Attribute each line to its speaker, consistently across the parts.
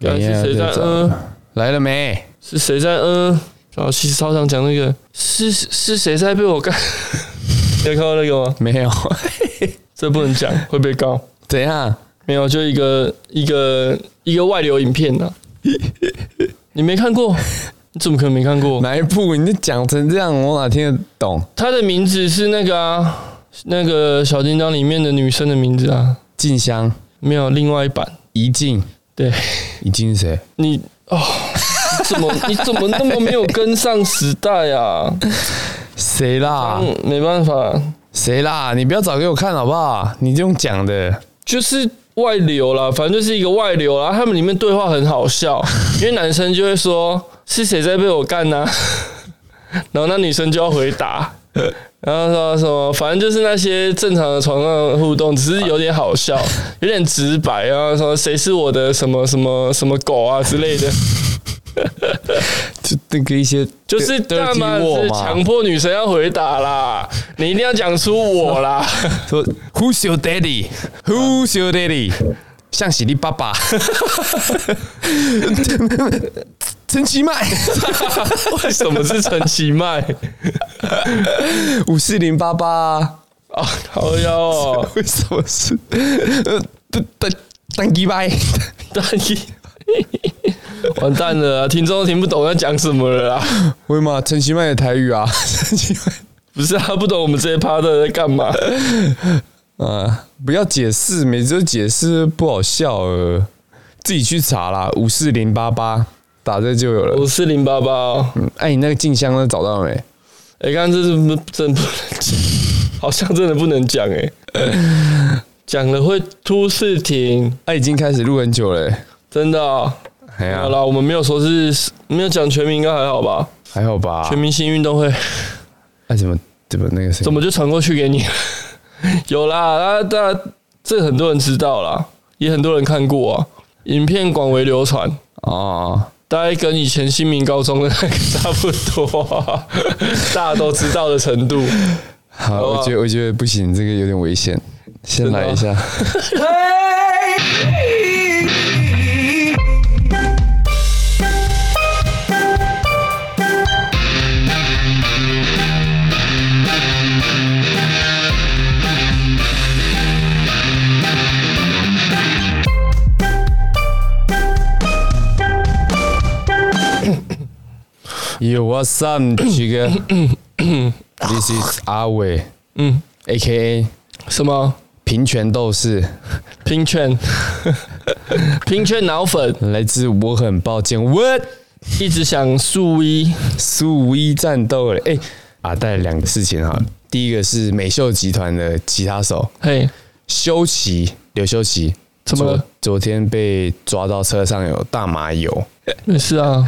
Speaker 1: 看是谁在
Speaker 2: 哎这种啊
Speaker 1: 嗯？
Speaker 2: 来了没？
Speaker 1: 是谁在嗯？然后其实超常讲那个是是谁在被我干？ 你有看到那个吗？
Speaker 2: 没有？
Speaker 1: 这不能讲，会被告。
Speaker 2: 怎样？
Speaker 1: 没有，就一个一个一个外流影片呐、你没看过？你怎么可能没看过？
Speaker 2: 哪一部？你就讲成这样，我哪听得懂？
Speaker 1: 他的名字是那个啊，那个小叮当里面的女生的名字啊，
Speaker 2: 静香、
Speaker 1: 没有另外一版。
Speaker 2: 怡静、
Speaker 1: 对
Speaker 2: 怡静是谁？
Speaker 1: 你哦，你怎么你怎么那么没有跟上时代啊？
Speaker 2: 谁啦？
Speaker 1: 嗯，没办法，
Speaker 2: 谁啦？你不要找给我看好不好？你这种讲的，
Speaker 1: 就是外流啦，反正就是一个外流啦。他们里面对话很好笑，因为男生就会说是谁在被我干呢、 然后那女生就要回答，然后说什么，反正就是那些正常的床上的互动，只是有点好笑，有点直白啊，然后说谁是我的什么什么什么狗啊之类的，
Speaker 2: 就那个一些
Speaker 1: 就是大妈是强迫女生要回答啦，你一定要讲出我啦。
Speaker 2: 说 Who's your daddy? Who's your daddy? 像喜力爸爸， 陈其迈，
Speaker 1: 为什么是陈其迈？
Speaker 2: 五四零八八，
Speaker 1: 啊，好妖哦，
Speaker 2: 为什么是呃单单鸡掰？
Speaker 1: 大一。 完蛋了啊，听众都听不懂在讲什么了啦。
Speaker 2: 为嘛陈其迈的台语啊？ 陈其迈。
Speaker 1: 不是啊他不懂我们这些趴的在干嘛。
Speaker 2: 啊，不要解释，每次都解释不好笑了，自己去查啦，五四零八八打这就有了。
Speaker 1: 五四零八八，
Speaker 2: 嗯哎、你那个静香呢？找到没？
Speaker 1: 哎，刚刚这是不真不能讲，好像真的不能讲哎、 讲了会出事情，
Speaker 2: 哎、已经开始录很久了、欸。
Speaker 1: 真的哦、
Speaker 2: 哎呀
Speaker 1: 好，啦，我们没有说是没有讲全民，应该还好吧？
Speaker 2: 还好吧
Speaker 1: 全？明星运动会
Speaker 2: 哎、怎么怎么那个谁？
Speaker 1: 怎么就传过去给你？ 有啦，啊，大家这很多人知道啦，也很多人看过啊，影片广为流传。
Speaker 2: 哦，
Speaker 1: 大概跟以前新民高中的那个差不多、啊 大家都知道的程度。
Speaker 2: 好，
Speaker 1: 好吧
Speaker 2: 我觉得我觉得不行，这个有点危险，先
Speaker 1: 真的
Speaker 2: 来一下。Yo, what's up, 曲哥？This is 阿伟，
Speaker 1: 嗯
Speaker 2: ，A.K.A.
Speaker 1: 什么
Speaker 2: 平权斗士，
Speaker 1: 拼 券？拼券脑粉
Speaker 2: 来自我很抱歉，What
Speaker 1: 一直想素一，
Speaker 2: 苏一战斗了。哎、啊，带了两个事情哈。第一个是美秀集团的吉他手
Speaker 1: 嘿，
Speaker 2: 修齐刘修齐，
Speaker 1: 怎么了
Speaker 2: 昨昨天被抓到车上有大麻油，
Speaker 1: 没事啊，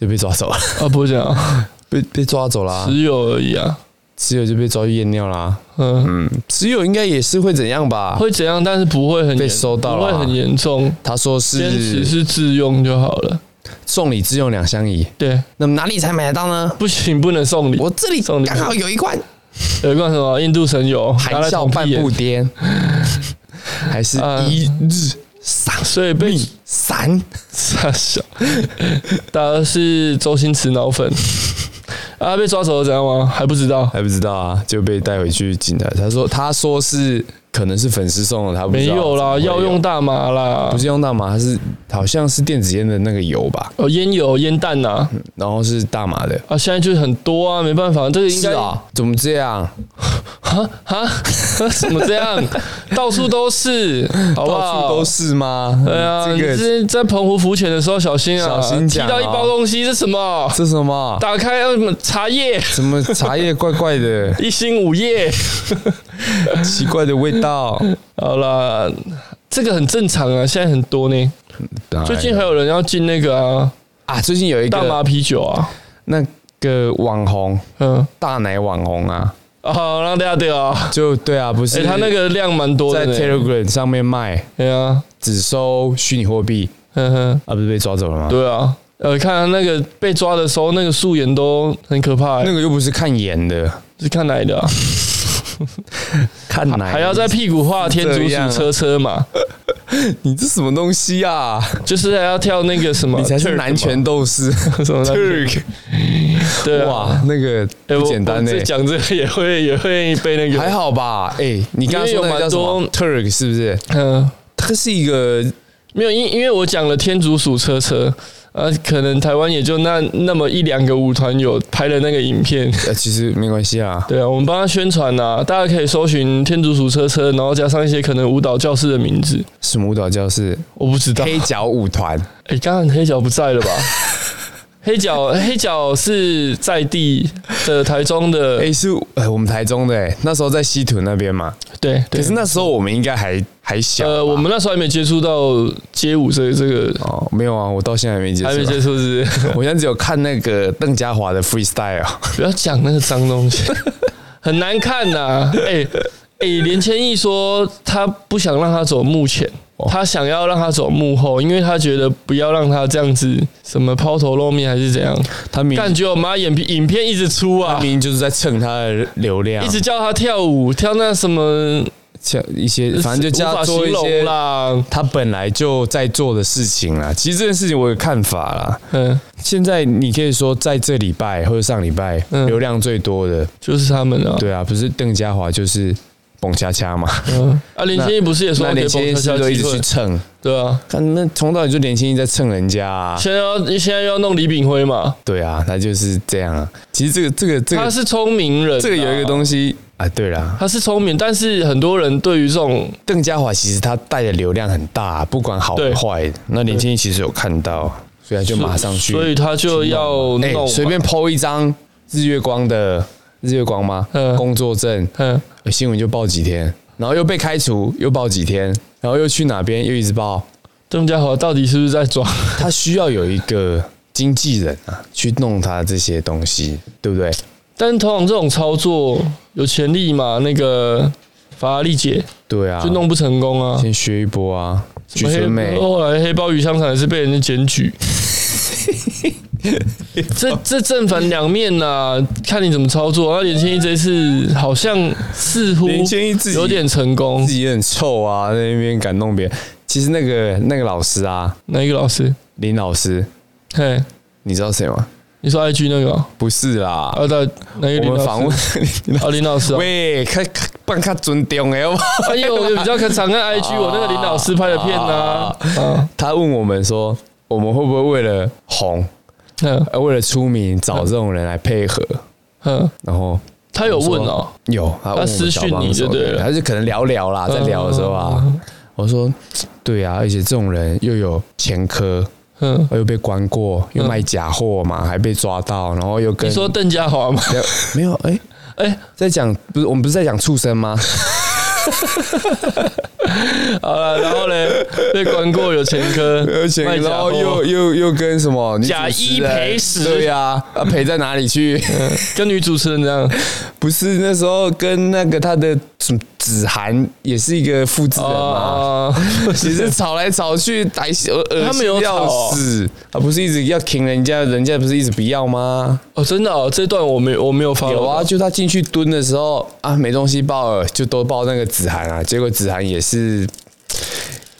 Speaker 2: 就被抓走 了，
Speaker 1: 啊不会讲啊，
Speaker 2: 被被抓走啦、
Speaker 1: 只有而已啊，
Speaker 2: 只有就被抓去验尿啦。
Speaker 1: 嗯，
Speaker 2: 嗯，只有应该也是会怎样吧？
Speaker 1: 会怎样？但是不会很严
Speaker 2: 被收到
Speaker 1: 不
Speaker 2: 了啊
Speaker 1: 会很严重，
Speaker 2: 他说
Speaker 1: 坚持
Speaker 2: 是
Speaker 1: 是自用就好了。
Speaker 2: 送礼自用两相宜，
Speaker 1: 对，
Speaker 2: 那么哪里才买得到呢？
Speaker 1: 不行，不能送礼。
Speaker 2: 我这里
Speaker 1: 送礼
Speaker 2: 刚好有一罐
Speaker 1: 有一罐什么印度神油，拿
Speaker 2: 含
Speaker 1: 来
Speaker 2: 笑
Speaker 1: 捅
Speaker 2: 半
Speaker 1: 屁眼
Speaker 2: 步 癫，还是
Speaker 1: 啊
Speaker 2: 一日三
Speaker 1: 所以被
Speaker 2: 三
Speaker 1: 傻笑，打的是周星驰脑粉 啊！被抓走了怎样吗？还不知道，
Speaker 2: 还不知道啊，就被带回去警察。他说，他说是可能是粉丝送的，他不
Speaker 1: 没
Speaker 2: 知道
Speaker 1: 有啦，
Speaker 2: 怎么
Speaker 1: 要
Speaker 2: 会有
Speaker 1: 用大麻啦
Speaker 2: 不，是用大麻，它是好像是电子烟的那个油吧，
Speaker 1: 哦，烟油、烟弹呐，
Speaker 2: 然后是大麻的。
Speaker 1: 啊，现在就是很多啊，没办法，这个应
Speaker 2: 是
Speaker 1: 该
Speaker 2: 啊，怎么这样？
Speaker 1: 啊，怎么这样？到处都是，好不
Speaker 2: 到
Speaker 1: 好？
Speaker 2: 处都。是吗？
Speaker 1: 对啊，
Speaker 2: 这
Speaker 1: 你
Speaker 2: 个
Speaker 1: 是在澎湖浮潜的时候小心啊，
Speaker 2: 小心
Speaker 1: 踢
Speaker 2: 讲
Speaker 1: 到一
Speaker 2: 哦
Speaker 1: 包东西是什么？
Speaker 2: 这什么？
Speaker 1: 打开要什么茶叶，
Speaker 2: 怎么茶叶怪怪的
Speaker 1: ，一心五叶。
Speaker 2: 奇怪的味道？
Speaker 1: 好啦，这个很正常啊，现在很多呢。最近还有人要进那个啊
Speaker 2: 啊，最近有哎一
Speaker 1: 大
Speaker 2: 个
Speaker 1: 麻啤酒啊，
Speaker 2: 那个网红
Speaker 1: 嗯，
Speaker 2: 大奶网红啊，
Speaker 1: 哦，让大家对啊，
Speaker 2: 就对啊，不
Speaker 1: 哎、
Speaker 2: 是
Speaker 1: 他那个量蛮多的
Speaker 2: 在
Speaker 1: 呢，
Speaker 2: Telegram 上面卖，
Speaker 1: 对啊，
Speaker 2: 只收虚拟货币
Speaker 1: 嗯哼，
Speaker 2: 啊，不是被抓走了吗？
Speaker 1: 对啊，呃，看他那个被抓的时候，那个素颜都很可怕、欸，
Speaker 2: 那个又不是看演的，
Speaker 1: 是看哪里的、啊？
Speaker 2: 看来
Speaker 1: 还要在屁股画天竺鼠车车嘛，
Speaker 2: 你这什么东西啊？
Speaker 1: 就是还要跳那个什么，
Speaker 2: 你才是男权斗 士，
Speaker 1: 什么
Speaker 2: Turk
Speaker 1: 对啊，
Speaker 2: 哇，那个
Speaker 1: 哎
Speaker 2: 不简单呢、
Speaker 1: 我我这讲这个也会也会被那个
Speaker 2: 还好吧？哎、你刚刚
Speaker 1: 因
Speaker 2: 说
Speaker 1: 为
Speaker 2: 那
Speaker 1: 有
Speaker 2: 个叫什么
Speaker 1: 蛮多
Speaker 2: Turk 是不是？
Speaker 1: 嗯、
Speaker 2: 它是一个
Speaker 1: 没有，因因为我讲了天竺鼠车车，呃，可能台湾也就那那么一两个舞团有拍的那个影片。
Speaker 2: 呃，其实没关系啊。
Speaker 1: 对啊，我们帮他宣传呐、大家可以搜寻天竺鼠车车，然后加上一些可能舞蹈教室的名字，
Speaker 2: 什么舞蹈教室？
Speaker 1: 我不知道。
Speaker 2: 黑脚舞团
Speaker 1: 哎，刚刚黑脚不在了 吧？黑脚黑脚是在地的台中的，
Speaker 2: 哎、是呃我们台中的、欸，那时候在西屯那边嘛。
Speaker 1: 对
Speaker 2: 可
Speaker 1: 对
Speaker 2: 是。那时候我们应该还还小吧，
Speaker 1: 呃，我们那时候还没接触到街舞这这个，
Speaker 2: 哦没有啊，我到现在还没接触啊，
Speaker 1: 还没接触是不是？
Speaker 2: 我现在只有看那个邓家华的 freestyle，
Speaker 1: 不要讲那个脏东西， 很难看呐、哎、哎、连千亿说他不想让他走幕前，
Speaker 2: 哦
Speaker 1: 他想要让他走幕后，因为他觉得不要让他这样子什么抛头露面还是怎样。
Speaker 2: 他明
Speaker 1: 感觉我妈影片影片一直出
Speaker 2: 他
Speaker 1: 啊，
Speaker 2: 明明就是在蹭他的流量，
Speaker 1: 一直叫他跳舞，跳那什么，
Speaker 2: 叫一些，反正就叫
Speaker 1: 无
Speaker 2: 他
Speaker 1: 法
Speaker 2: 做
Speaker 1: 形
Speaker 2: 一些
Speaker 1: 容啦。
Speaker 2: 他本来就在做的事情啦。其实这件事情我有看法啦。
Speaker 1: 嗯，
Speaker 2: 现在你可以说在这礼拜或者上礼拜、
Speaker 1: 嗯
Speaker 2: 流量最多的，
Speaker 1: 就是他们啊。
Speaker 2: 对啊，不是邓家华就是蹦恰恰嘛。
Speaker 1: 嗯，啊，连千亿不是也说
Speaker 2: 那
Speaker 1: 给
Speaker 2: 连
Speaker 1: 彭
Speaker 2: 千
Speaker 1: 恰
Speaker 2: 亿是
Speaker 1: 恰
Speaker 2: 不是都一
Speaker 1: 机
Speaker 2: 直去
Speaker 1: 会？
Speaker 2: 蹭？
Speaker 1: 对啊，
Speaker 2: 看那从到底就连千亿在蹭人家啊。
Speaker 1: 现在要现在要弄李炳辉嘛，
Speaker 2: 对啊，他就是这样啊。其实这个这个这
Speaker 1: 他
Speaker 2: 个
Speaker 1: 是聪明人啊，
Speaker 2: 这个有一个东西啊，对啦，
Speaker 1: 他是聪明，但是很多人对于这种
Speaker 2: 邓家华其实他带的流量很大、不管好
Speaker 1: 对
Speaker 2: 坏。那林千亿其实有看到，所以他就马上去，
Speaker 1: 所以他就要
Speaker 2: 哎
Speaker 1: 弄嘛
Speaker 2: 随、便剖一张日月光的日月光吗？
Speaker 1: 嗯
Speaker 2: 工作证、
Speaker 1: 嗯，
Speaker 2: 哎新闻就报几天，然后又被开除，又报几天，然后又去哪边又一直报。
Speaker 1: 邓家豪到底是不是在装？
Speaker 2: 他需要有一个经纪人啊，去弄他这些东西，对不对？
Speaker 1: 但是通常这种操作有潜力嘛？那个法拉利姐
Speaker 2: 对啊，
Speaker 1: 就弄不成功啊。
Speaker 2: 先学一波啊，举纯美
Speaker 1: 黑。后来黑鲍鱼香肠也是被人家 检举。这这正反两面呐、看你怎么操作。那连千一这一次好像似乎
Speaker 2: 林千一自己
Speaker 1: 有点成功
Speaker 2: 自，己也很臭啊，在那边敢弄别人。其实那个那个老师啊，
Speaker 1: 哪一个老师？
Speaker 2: 林老师，
Speaker 1: 嘿，
Speaker 2: 你知道谁吗？
Speaker 1: 你说 IG 那个哦
Speaker 2: 不是啦，
Speaker 1: 啊？对，哪一个
Speaker 2: 我
Speaker 1: 林老
Speaker 2: 们
Speaker 1: 师？
Speaker 2: 访问林老
Speaker 1: 啊，
Speaker 2: 师。
Speaker 1: 林老师、哦。
Speaker 2: 喂，看办卡尊重哎，好不好
Speaker 1: 哎呦，我比较 常看 IG 我那个林老师拍的片呐、啊，
Speaker 2: 他问我们说，我们会不会为了红，
Speaker 1: 嗯
Speaker 2: 呃为了出名，找这种人来配合？
Speaker 1: 嗯，
Speaker 2: 然后
Speaker 1: 他有问哦，
Speaker 2: 啊有，他问我
Speaker 1: 他私讯你就对了嗯
Speaker 2: 他就可能聊聊啦，在聊的时候啊，我说对啊，而且这种人又有前科，
Speaker 1: 嗯，
Speaker 2: 又被关过，又卖假货嘛，还被抓到，然后又跟
Speaker 1: 你说邓家华吗？
Speaker 2: 没有没有 哎、
Speaker 1: 哎，
Speaker 2: 在讲不是我们不是在讲畜生吗？
Speaker 1: 好
Speaker 2: 啊
Speaker 1: 了，然后嘞， 被关过有前科，
Speaker 2: 而且
Speaker 1: 卖假货
Speaker 2: 然后又又又跟什么女主持人
Speaker 1: 假一赔十
Speaker 2: 对呀、啊，啊赔在哪里去？
Speaker 1: 跟女主持人这样，
Speaker 2: 不是那时候跟那个他的什么子涵也是一个复制人嘛，
Speaker 1: 哦，
Speaker 2: 其实吵来吵去，打恶
Speaker 1: 他
Speaker 2: 恶
Speaker 1: 们
Speaker 2: 心
Speaker 1: 有吵
Speaker 2: 要
Speaker 1: 哦
Speaker 2: 死啊！不是一直要停人家，人家不是一直不要吗？
Speaker 1: 哦，真的哦，这段我没我没有发
Speaker 2: 有啊，就他进去蹲的时候啊，没东西抱了，就都抱那个子涵啊，结果子涵也是。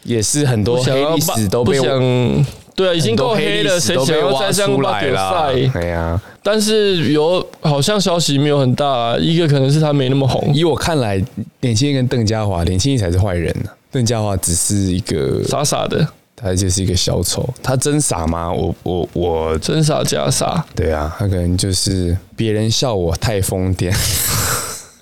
Speaker 2: 也是很多
Speaker 1: 不想
Speaker 2: 黑
Speaker 1: 要
Speaker 2: 历
Speaker 1: 把
Speaker 2: 史都
Speaker 1: 不
Speaker 2: 被
Speaker 1: 想，对啊，已
Speaker 2: 已
Speaker 1: 经够黑了，谁想要再这样把比赛？
Speaker 2: 哎呀，
Speaker 1: 但是有好像消息没有很大啊，一个可能是他没那么红，
Speaker 2: 以我看来，连千亿跟啊邓家华，连千亿才是坏人呢、邓家华只是一个，
Speaker 1: 傻傻的，
Speaker 2: 他就是一个小丑。他真傻吗？我我我，
Speaker 1: 真傻假傻。
Speaker 2: 对啊，他可能就是别人笑我太疯癫，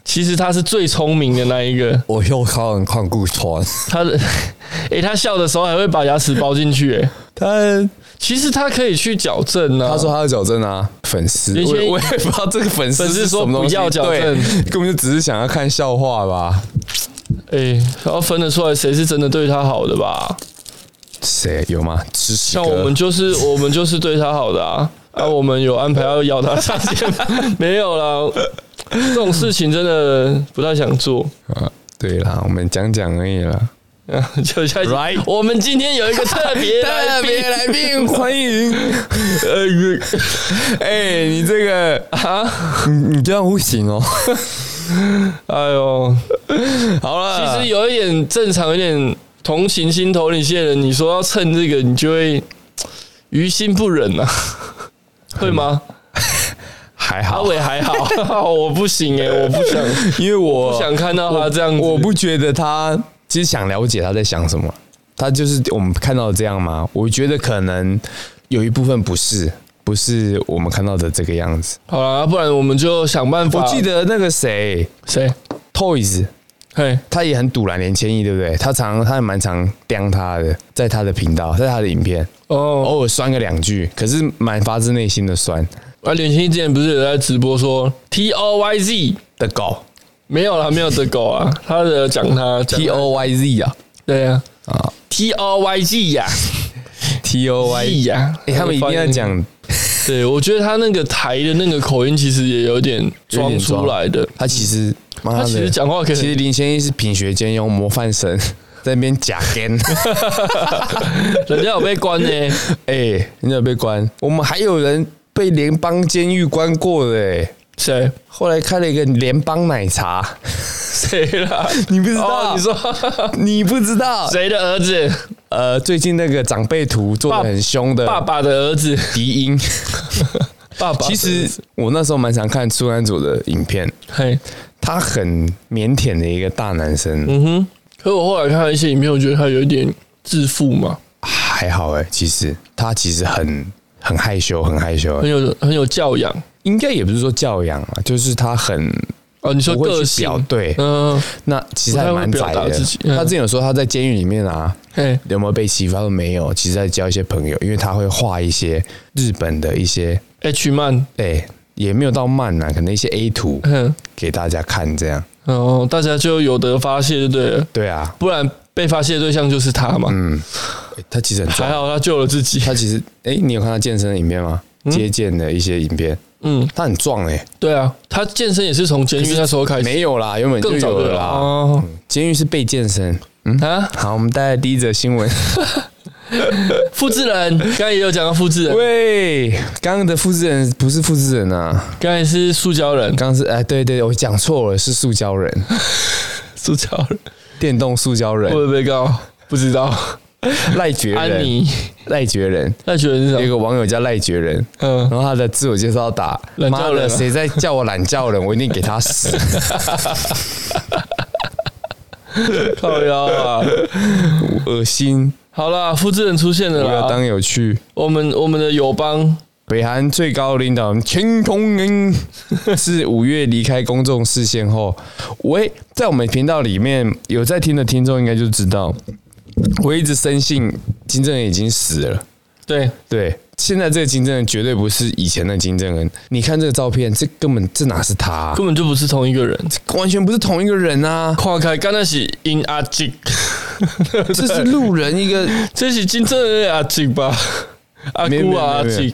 Speaker 1: 其实他是最聪明的那一个，
Speaker 2: 我又靠很抗固川。
Speaker 1: 他的， 诶、他笑的时候还会把牙齿包进去、诶，
Speaker 2: 他
Speaker 1: 其实他可以去矫正呢、啊。
Speaker 2: 他说他要矫正啊，粉丝，
Speaker 1: 连
Speaker 2: 我
Speaker 1: 千亿
Speaker 2: 我也不知道这个粉丝
Speaker 1: 粉丝
Speaker 2: 是
Speaker 1: 说
Speaker 2: 什么东西
Speaker 1: 不要矫正
Speaker 2: 对根本就只是想要看笑话吧。：“
Speaker 1: 诶、然后分得出来谁是真的对他好的吧？
Speaker 2: 谁有吗？支持
Speaker 1: 像
Speaker 2: 哥
Speaker 1: 我 们就是我们就是对他好的啊，啊，我们有安排要咬他下线 吗，没有啦。这种事情真的不太想做。
Speaker 2: 啊，对啦，我们讲讲而已啦。
Speaker 1: 然后就下集
Speaker 2: Right
Speaker 1: 我们今天有一个特别来
Speaker 2: 特
Speaker 1: 宾
Speaker 2: 别来宾，欢迎。呃， 哎，你这个
Speaker 1: 啊！
Speaker 2: 你你这样不行哦。
Speaker 1: 哎呦，
Speaker 2: 好了，
Speaker 1: 其实有一点正常，有点同情心头领线的人，你说要蹭这个，你就会于心不忍呐、 会吗？
Speaker 2: 还
Speaker 1: 阿
Speaker 2: 好，
Speaker 1: 伟还好， 我不 行哎、我不想
Speaker 2: 因为我
Speaker 1: 不想看到他这样子。
Speaker 2: 我不觉得他其实想了解他在想什么，他就是我们看到的这样吗？我觉得可能有一部分不是，不是我们看到的这个样子。
Speaker 1: 好了，不然我们就想办法。
Speaker 2: 我记得那个谁
Speaker 1: 谁？
Speaker 2: ，Toys，
Speaker 1: 嘿，
Speaker 2: 他也很堵拦连千亿，对不对？他常他也蛮常刁他的，在他的频道，在他的影片，
Speaker 1: 哦，
Speaker 2: 偶尔酸个两句，可是蛮发自内心的酸
Speaker 1: 啊，脸青之前不是有在直播说 T O Y Z
Speaker 2: 的狗
Speaker 1: 没有啦，没有这狗 啊，他的讲他讲
Speaker 2: ，T O Y Z 啊
Speaker 1: 对啊
Speaker 2: 啊
Speaker 1: ，T O Y Z 呀
Speaker 2: ，T O Y，
Speaker 1: ，Z 啊呀，
Speaker 2: 哎，他们一定要。讲，
Speaker 1: 对，我觉得他那个台的那个口音其实也有点装出来 的。
Speaker 2: 他其实妈
Speaker 1: 他
Speaker 2: 的
Speaker 1: 其实讲话可
Speaker 2: 其实
Speaker 1: 能
Speaker 2: 林先一是品学兼优模范生， 在那边假 干，
Speaker 1: 人家有被关呢、
Speaker 2: 哎、人家有被关，我们还有人被联邦监狱关过的、哎，
Speaker 1: 谁
Speaker 2: 后来开了一个联邦奶茶，
Speaker 1: 谁啦？
Speaker 2: 你不知
Speaker 1: 哦
Speaker 2: 道？，
Speaker 1: 你 说
Speaker 2: 你不知道？
Speaker 1: 谁的儿子？
Speaker 2: 呃，最近那个长辈图做的很凶的
Speaker 1: 爸爸的儿子，
Speaker 2: 迪音，
Speaker 1: 爸爸的儿
Speaker 2: 其
Speaker 1: 子。
Speaker 2: 实我那时候蛮想看苏安佐的影片，
Speaker 1: 嘿，
Speaker 2: 他很腼腆的一个大男生，
Speaker 1: 嗯哼。可我后来看了一些影片，我觉得他有一点自负嘛，
Speaker 2: 还好哎、其实他其实很很害羞，很害羞、
Speaker 1: 很有很有教养
Speaker 2: 应该也不是说教养啊，就是他很
Speaker 1: 哦。你说
Speaker 2: 不会
Speaker 1: 个
Speaker 2: 去
Speaker 1: 性
Speaker 2: 表，对。
Speaker 1: 嗯，
Speaker 2: 那其实还蛮
Speaker 1: 不太
Speaker 2: 窄
Speaker 1: 会表达
Speaker 2: 的
Speaker 1: 自己。嗯
Speaker 2: 他之前有说他在监狱里面啊，
Speaker 1: 嘿，
Speaker 2: 有没有被欺负？他说没有，其实在交一些朋友，因为他会画一些日本的一些，
Speaker 1: H 曼，
Speaker 2: 哎、也没有到漫啊，可能一些 A 图
Speaker 1: 嗯，
Speaker 2: 给大家看这样。
Speaker 1: 然后哦大家就有得发泄就对了，
Speaker 2: 对啊，
Speaker 1: 不然被发泄的对象就是他嘛。
Speaker 2: 嗯，欸他其实很
Speaker 1: 还嗯
Speaker 2: 壮，
Speaker 1: 好他救了自己，
Speaker 2: 他其实，哎、你有看他健身的影片吗？接见的一些影片，
Speaker 1: 嗯，
Speaker 2: 他很壮哎、
Speaker 1: 对啊，他健身也是从监狱那时候开始，
Speaker 2: 没有啦，原本就
Speaker 1: 更早
Speaker 2: 有
Speaker 1: 的
Speaker 2: 了
Speaker 1: 啦
Speaker 2: 啦。
Speaker 1: 哦
Speaker 2: 监狱是被健身。嗯，
Speaker 1: 啊，
Speaker 2: 好，我们带来第一则新 闻。
Speaker 1: 复 制人，刚才也有讲到复制人，
Speaker 2: 喂，刚刚的复制人不是复制人啊，
Speaker 1: 刚才是塑胶人，
Speaker 2: 刚刚是哎，对对，我讲错了，是塑胶人，
Speaker 1: 塑胶人
Speaker 2: 电动塑胶人，
Speaker 1: 会不会被告？不知道，
Speaker 2: 赖绝
Speaker 1: 安
Speaker 2: 人，
Speaker 1: 妮，
Speaker 2: 赖绝人，
Speaker 1: 那觉得是
Speaker 2: 有一
Speaker 1: 什么？
Speaker 2: 个网友叫赖绝人，
Speaker 1: 嗯，
Speaker 2: 然后他的自我介绍打，
Speaker 1: 懒觉人
Speaker 2: 妈
Speaker 1: 啊
Speaker 2: 的，谁在叫我懒觉人，我一定给他死。
Speaker 1: 靠腰啊！
Speaker 2: 恶心，
Speaker 1: 好啦，复制人出现了
Speaker 2: 我要
Speaker 1: 啦。
Speaker 2: 当有趣。
Speaker 1: 我们我们的友邦
Speaker 2: 北韩最高领导人金正 恩是五月离开公众视线后，喂，在我们频道里面有在听的听众应该就知道，我一直深信金正恩已经死了。
Speaker 1: 对
Speaker 2: 对，现在这个金正恩绝对不是以前的金正恩。你看这个照片，这根本这哪是他 啊、
Speaker 1: 根本就不是同一个人，
Speaker 2: 完全不是同一个人 啊！
Speaker 1: 跨开刚那是因阿静，
Speaker 2: 这是路人一个
Speaker 1: 这是金正恩的阿静吧？阿
Speaker 2: 没有没
Speaker 1: 姑
Speaker 2: 有
Speaker 1: 啊阿
Speaker 2: 没有没有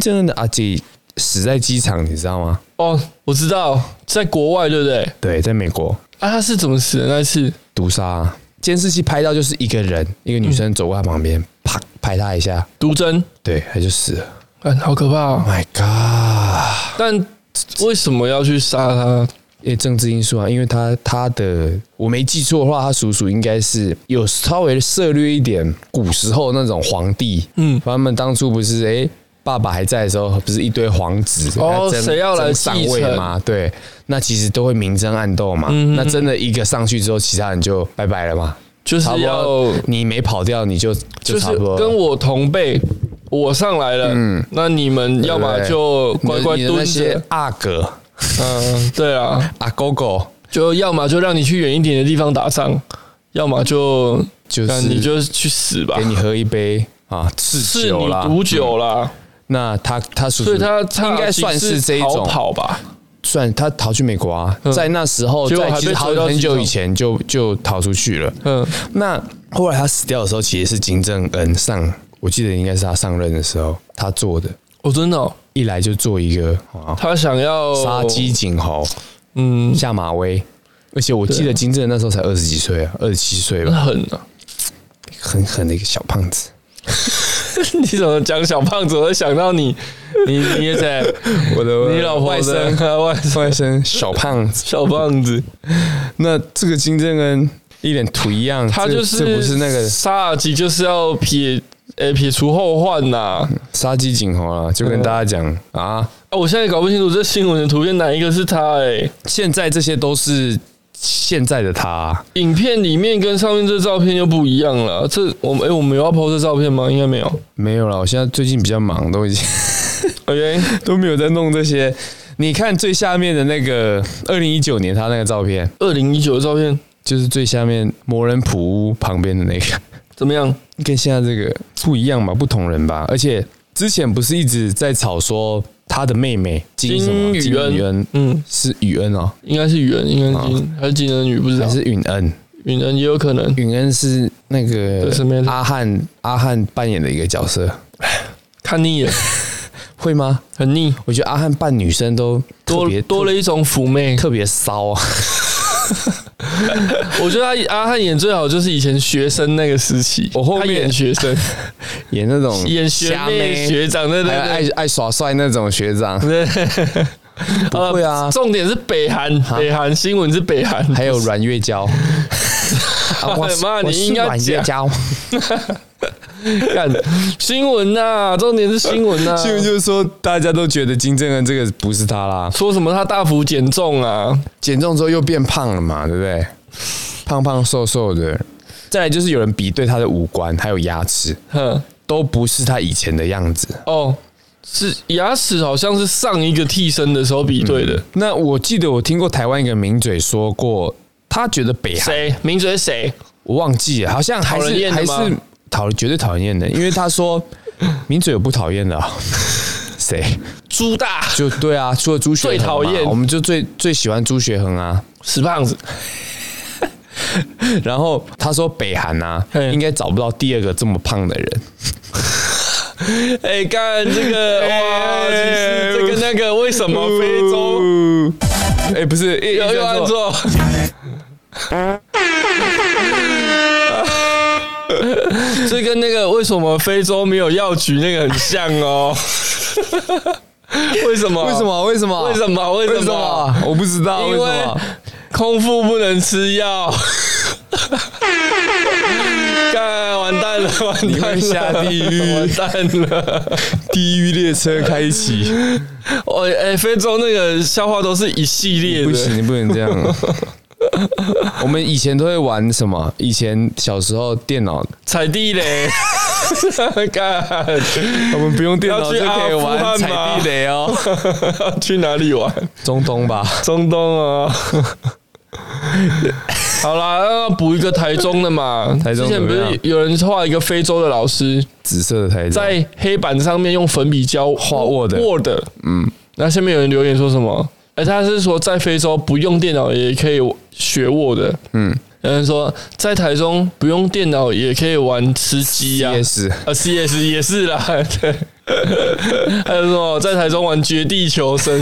Speaker 2: 金正恩的阿姐死在机场，你知道吗？
Speaker 1: 哦，我知道，在国外对不对？
Speaker 2: 对，在美国
Speaker 1: 啊，他是怎么死的那一次？
Speaker 2: 毒杀啊、监视器拍到就是一个人，一个女生走过他旁边，啪拍他一下，
Speaker 1: 毒针，
Speaker 2: 对，他就死了。
Speaker 1: 嗯，好可怕、 啊！
Speaker 2: My God！
Speaker 1: 但为什么要去杀他？
Speaker 2: 因为政治因素啊，因为他他的我没记错的话，他叔叔应该是有稍微涉略一点古时候那种皇帝，
Speaker 1: 嗯
Speaker 2: 他们当初不是哎、诶爸爸还在的时候，不是一堆皇子
Speaker 1: 哦
Speaker 2: 争
Speaker 1: 谁要来
Speaker 2: 争上
Speaker 1: 继
Speaker 2: 位
Speaker 1: 承
Speaker 2: 嘛？对，那其实都会明争暗斗嘛。
Speaker 1: 嗯
Speaker 2: 那真的一个上去之后，其他人就拜拜了嘛。
Speaker 1: 就是
Speaker 2: 差不
Speaker 1: 要
Speaker 2: 多，你没跑掉，你就就
Speaker 1: 就是
Speaker 2: 差不多了嗯
Speaker 1: 跟我同辈，我上来了，那你们要么就乖乖
Speaker 2: 你的你的那
Speaker 1: 蹲
Speaker 2: 些
Speaker 1: 着，
Speaker 2: 阿哥
Speaker 1: 嗯，对啊，
Speaker 2: 阿狗狗，
Speaker 1: 就要么就让你去远一点的地方打仗，要么就
Speaker 2: 就
Speaker 1: 那
Speaker 2: 是
Speaker 1: 你就去死吧
Speaker 2: 给，你喝一杯啊，嗜
Speaker 1: 是
Speaker 2: 酒
Speaker 1: 你
Speaker 2: 啦，
Speaker 1: 毒酒啦，
Speaker 2: 那他他叔叔，
Speaker 1: 所以他他
Speaker 2: 应该算是这一
Speaker 1: 逃
Speaker 2: 种，
Speaker 1: 跑吧，
Speaker 2: 算他逃去美国啊，
Speaker 1: 嗯
Speaker 2: 在那时候，
Speaker 1: 结果
Speaker 2: 在
Speaker 1: 还
Speaker 2: 其实
Speaker 1: 被
Speaker 2: 好
Speaker 1: 追到
Speaker 2: 很
Speaker 1: 机
Speaker 2: 久
Speaker 1: 场
Speaker 2: 以前就就逃出去了。
Speaker 1: 嗯，
Speaker 2: 那后来他死掉的时候，其实是金正恩上，我记得应该是他上任的时候他做的，
Speaker 1: 我真的哦、
Speaker 2: 一来就做一个啊
Speaker 1: 他想要
Speaker 2: 杀鸡儆猴，
Speaker 1: 嗯，
Speaker 2: 下马威，而且我
Speaker 1: 啊
Speaker 2: 记得金正恩那时候才二十几岁啊，二十七岁
Speaker 1: 很
Speaker 2: 吧，
Speaker 1: 狠啊！
Speaker 2: 很狠的一个小胖子。
Speaker 1: 你怎么讲小胖子，我就想到你，你你也 在，
Speaker 2: 我的
Speaker 1: 你老婆
Speaker 2: 呃外
Speaker 1: 的
Speaker 2: 甥，
Speaker 1: 外甥
Speaker 2: 外甥小胖子。
Speaker 1: 小胖子，
Speaker 2: 那这个金正恩一脸土一样，
Speaker 1: 他
Speaker 2: 这
Speaker 1: 就是
Speaker 2: 这不是那个
Speaker 1: 沙尔吉，就是要撇诶、撇除后患呐、啊
Speaker 2: 杀鸡儆猴啊，就跟大家
Speaker 1: 呃
Speaker 2: 讲啊，
Speaker 1: 我现在搞不清楚这新闻的图片哪一个是他欸诶、
Speaker 2: 现在这些都是现在的他啊、
Speaker 1: 影片里面跟上面这照片又不一样了。这我们哎诶、我们有要 PO 这照片吗？应该没有。
Speaker 2: 没有了。我现在最近比较忙，都已经
Speaker 1: OK，
Speaker 2: 都没有在弄这些。你看最下面的那个二零一九年他那个照片，
Speaker 1: 二零一九的照片
Speaker 2: 就是最下面魔人普屋旁边的那个，
Speaker 1: 怎么样？
Speaker 2: 跟现在这个不一样吧，不同人吧。而且之前不是一直在吵说他的妹妹金什么
Speaker 1: 金宇恩
Speaker 2: 金宇恩
Speaker 1: 嗯，
Speaker 2: 是宇恩哦，
Speaker 1: 应该是雨恩，应该是金、还是金人女，不知道
Speaker 2: 还。是允恩？
Speaker 1: 云人也有可能。
Speaker 2: 允恩是那
Speaker 1: 这
Speaker 2: 个
Speaker 1: 是妹子
Speaker 2: 阿汉阿汉扮演的一个角色，
Speaker 1: 看腻了，
Speaker 2: 会吗？
Speaker 1: 很腻，
Speaker 2: 我觉得阿汉扮女生都特
Speaker 1: 多
Speaker 2: 别
Speaker 1: 多了一种 妩媚。
Speaker 2: 特别骚啊，
Speaker 1: 我觉得他阿汉演最好就是以前学生那个时期，
Speaker 2: 我后面
Speaker 1: 他演学 生，
Speaker 2: 演那种
Speaker 1: 演学
Speaker 2: 虾
Speaker 1: 妹
Speaker 2: 妹、
Speaker 1: 学长，对
Speaker 2: 还有爱
Speaker 1: 对
Speaker 2: 爱耍帅那种学长，
Speaker 1: 对。
Speaker 2: 不会啊
Speaker 1: 呃 重点是北韩，北韩新闻是北韩，
Speaker 2: 还有阮月娇。啊我
Speaker 1: 妈
Speaker 2: 我
Speaker 1: 你
Speaker 2: 是
Speaker 1: 应该
Speaker 2: 阮月
Speaker 1: 讲
Speaker 2: 娇，
Speaker 1: 干新闻呐，重点是新闻 呐。
Speaker 2: 新闻就是说大家都觉得金正恩这个不是他啦，
Speaker 1: 说什么他大幅减重啊？
Speaker 2: 减重之后又变胖了嘛，对不对？胖胖瘦瘦的。再来就是有人比对他的五官还有牙齿，
Speaker 1: 哼，
Speaker 2: 都不是他以前的样子。
Speaker 1: 哦，是牙齿好像是上一个替身的时候比对的。
Speaker 2: 那我记得我听过台湾一个名嘴说过，他觉得北韩
Speaker 1: 谁？名嘴是谁？
Speaker 2: 我忘记了，好像还
Speaker 1: 讨人
Speaker 2: 是
Speaker 1: 厌的
Speaker 2: 还
Speaker 1: 吗
Speaker 2: 是讨绝对讨人厌的，因为他 说名嘴有不讨厌的啊、谁
Speaker 1: 朱大
Speaker 2: 就对啊，除了朱学恒嘛
Speaker 1: 最讨厌
Speaker 2: 我们就最最喜欢朱学恒啊。
Speaker 1: 死胖子，
Speaker 2: 然后他说北韩啊，
Speaker 1: 嘿
Speaker 2: 应该找不到第二个这么胖的人。
Speaker 1: 哎，干这 个哇，其
Speaker 2: 哎
Speaker 1: 实这个那个为什么非洲
Speaker 2: 洲？哎、不是，一
Speaker 1: 有
Speaker 2: 一
Speaker 1: 有
Speaker 2: 按
Speaker 1: 按
Speaker 2: 错
Speaker 1: 错？ 这跟那个为什么非洲没有药局那个很像哦？ 为什么？
Speaker 2: 为什？么？为什么？
Speaker 1: 为什？么？为
Speaker 2: 为
Speaker 1: 什
Speaker 2: 什
Speaker 1: 么？
Speaker 2: 么？我不知道，为
Speaker 1: 因
Speaker 2: 什
Speaker 1: 为
Speaker 2: 么？
Speaker 1: 空腹不能吃药。干，完蛋了，完蛋了，
Speaker 2: 你会下地狱
Speaker 1: 完蛋了。
Speaker 2: 地狱列车开启，
Speaker 1: 哦，哎、非洲那个笑话都是一系列
Speaker 2: 不
Speaker 1: 的。
Speaker 2: 行，你不能这 样。我们以前都会玩什么？以前小时候电脑，
Speaker 1: 踩地雷， 干，
Speaker 2: 我们不用电脑
Speaker 1: 要去
Speaker 2: 就可以
Speaker 1: 阿
Speaker 2: 玩
Speaker 1: 富汗吗
Speaker 2: 踩地雷哦，
Speaker 1: 去哪里玩？
Speaker 2: 中东吧？
Speaker 1: 中东啊。 好啦，那补一个台中的嘛。
Speaker 2: 台中
Speaker 1: 之前不
Speaker 2: 怎么
Speaker 1: 是
Speaker 2: 样
Speaker 1: 有人画一个非洲的老师，
Speaker 2: 紫色的台在
Speaker 1: 在黑板上面用粉笔胶画
Speaker 2: Word
Speaker 1: Word，嗯，那下面有人留言说什么？哎，他是说在非洲不用电脑也可以学 Word，嗯，有人说在台中不用电脑也可以玩吃鸡呀、啊。
Speaker 2: ，yes，
Speaker 1: CS 也是啦， 对，还有什么在台中玩绝地求生，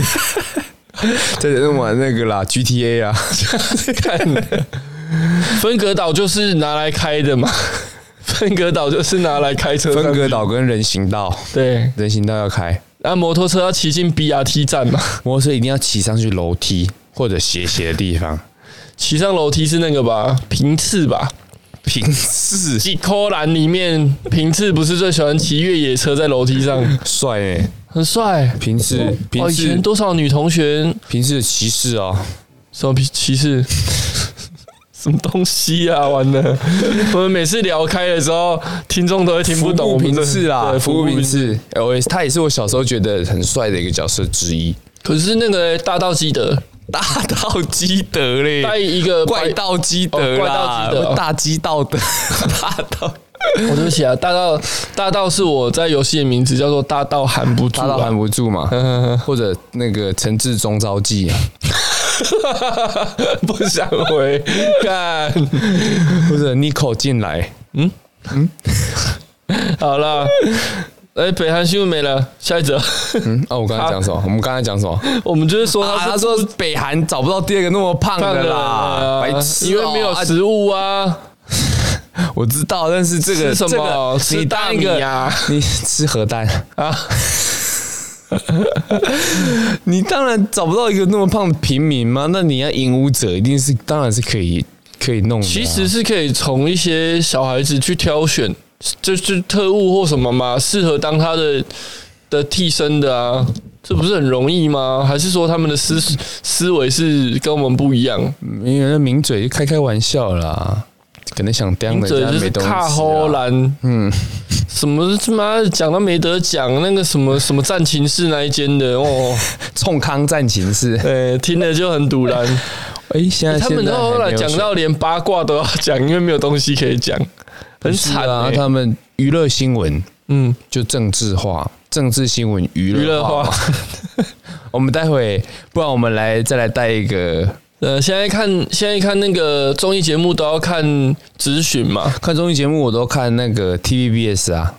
Speaker 2: 在那玩那个啦，GTA 啊，
Speaker 1: 看分隔岛就是拿来开的嘛， 分隔岛就是拿来开车上去，
Speaker 2: 分隔岛跟人行道，
Speaker 1: 对，
Speaker 2: 人行道要开，
Speaker 1: 那摩托车要骑进 BRT 站嘛，
Speaker 2: 摩托车一定要骑上去楼梯或者斜斜的地方，
Speaker 1: 骑上楼梯是那个吧，平次吧，
Speaker 2: 平视
Speaker 1: 几扣栏里面平次不是最喜欢骑越野车在楼梯上，
Speaker 2: 帅哎，
Speaker 1: 很帅。
Speaker 2: 平视
Speaker 1: 哦，
Speaker 2: 平
Speaker 1: 以
Speaker 2: 视
Speaker 1: 前多少女同学
Speaker 2: 平视的骑士哦，
Speaker 1: 什么歧 视？什么东西啊？完了！我们每次聊开的时候，听众都会听不懂。
Speaker 2: 服部
Speaker 1: 我们
Speaker 2: 平
Speaker 1: 这
Speaker 2: 次啦，
Speaker 1: 对
Speaker 2: 服务
Speaker 1: 平
Speaker 2: 平。次，哎我也是他也是我小时候觉得很帅的一个角色之一。
Speaker 1: 可是那个欸大道基德
Speaker 2: 大道基德嘞
Speaker 1: 带一个
Speaker 2: 怪
Speaker 1: 白，
Speaker 2: 盗基德啦，
Speaker 1: 呃哦怪盗基德
Speaker 2: 大基道德，大道
Speaker 1: 我对不起啊，大道大道是我在游戏的名字，叫做大道含不住、
Speaker 2: 大
Speaker 1: 啊。
Speaker 2: 道含不住嘛，或者那个陈志忠招记啊，
Speaker 1: 不想回， 干
Speaker 2: 或者 Nico 进来，
Speaker 1: 好啦，哎，北韩新闻没了，下一则。
Speaker 2: 嗯，哦，我刚才讲什么？我们刚才讲什么？
Speaker 1: 我们就是说
Speaker 2: 啊，
Speaker 1: 他
Speaker 2: 他
Speaker 1: 是
Speaker 2: 说北韩找不到第二个那么胖
Speaker 1: 胖
Speaker 2: 的
Speaker 1: 的
Speaker 2: 啦，
Speaker 1: 啦，
Speaker 2: 白痴哦，
Speaker 1: 因为没有
Speaker 2: 啊
Speaker 1: 食物啊。
Speaker 2: 我知道，但是这个
Speaker 1: 吃什
Speaker 2: 这个
Speaker 1: 么？吃
Speaker 2: 你啊
Speaker 1: 大
Speaker 2: 当一
Speaker 1: 米
Speaker 2: 个
Speaker 1: 呀？
Speaker 2: 你 吃核弹啊
Speaker 1: 啊？
Speaker 2: 你当然找不到一个那么胖的平民嘛，那你要引武者一定是，当然是可以可以弄的啊、
Speaker 1: 其实是可以从一些小孩子去挑选，就是特务或什么嘛，适合当他的的替身的啊，这不是很容易吗？还是说他们的思思维是跟我们不一样？
Speaker 2: 因为那名嘴就开开玩笑啦，可能想刁人
Speaker 1: 这
Speaker 2: 家
Speaker 1: 就
Speaker 2: 没
Speaker 1: 是
Speaker 2: 东西、
Speaker 1: 卡
Speaker 2: 啊。
Speaker 1: 后兰，
Speaker 2: 嗯，
Speaker 1: 什么他妈的讲都没得讲，那个什么什么战情室那一间 的哦，
Speaker 2: 冲康战情是，
Speaker 1: 呃，听了就很 堵然。
Speaker 2: 哎、现在
Speaker 1: 他们到后来讲到连八卦都要讲，因为没有东西可以讲，很
Speaker 2: 很
Speaker 1: 惨
Speaker 2: 惨啊，
Speaker 1: 欸
Speaker 2: 他们娱乐新闻
Speaker 1: 嗯，
Speaker 2: 就政治化，政治新闻娱
Speaker 1: 娱乐
Speaker 2: 乐化
Speaker 1: 化
Speaker 2: 嘛。。 我们待会，不然我们来再来带一个
Speaker 1: 呃，现在看现在看那个综艺节目都要看咨询嘛，
Speaker 2: 看综艺节目，我都看那个 TVBS 啊，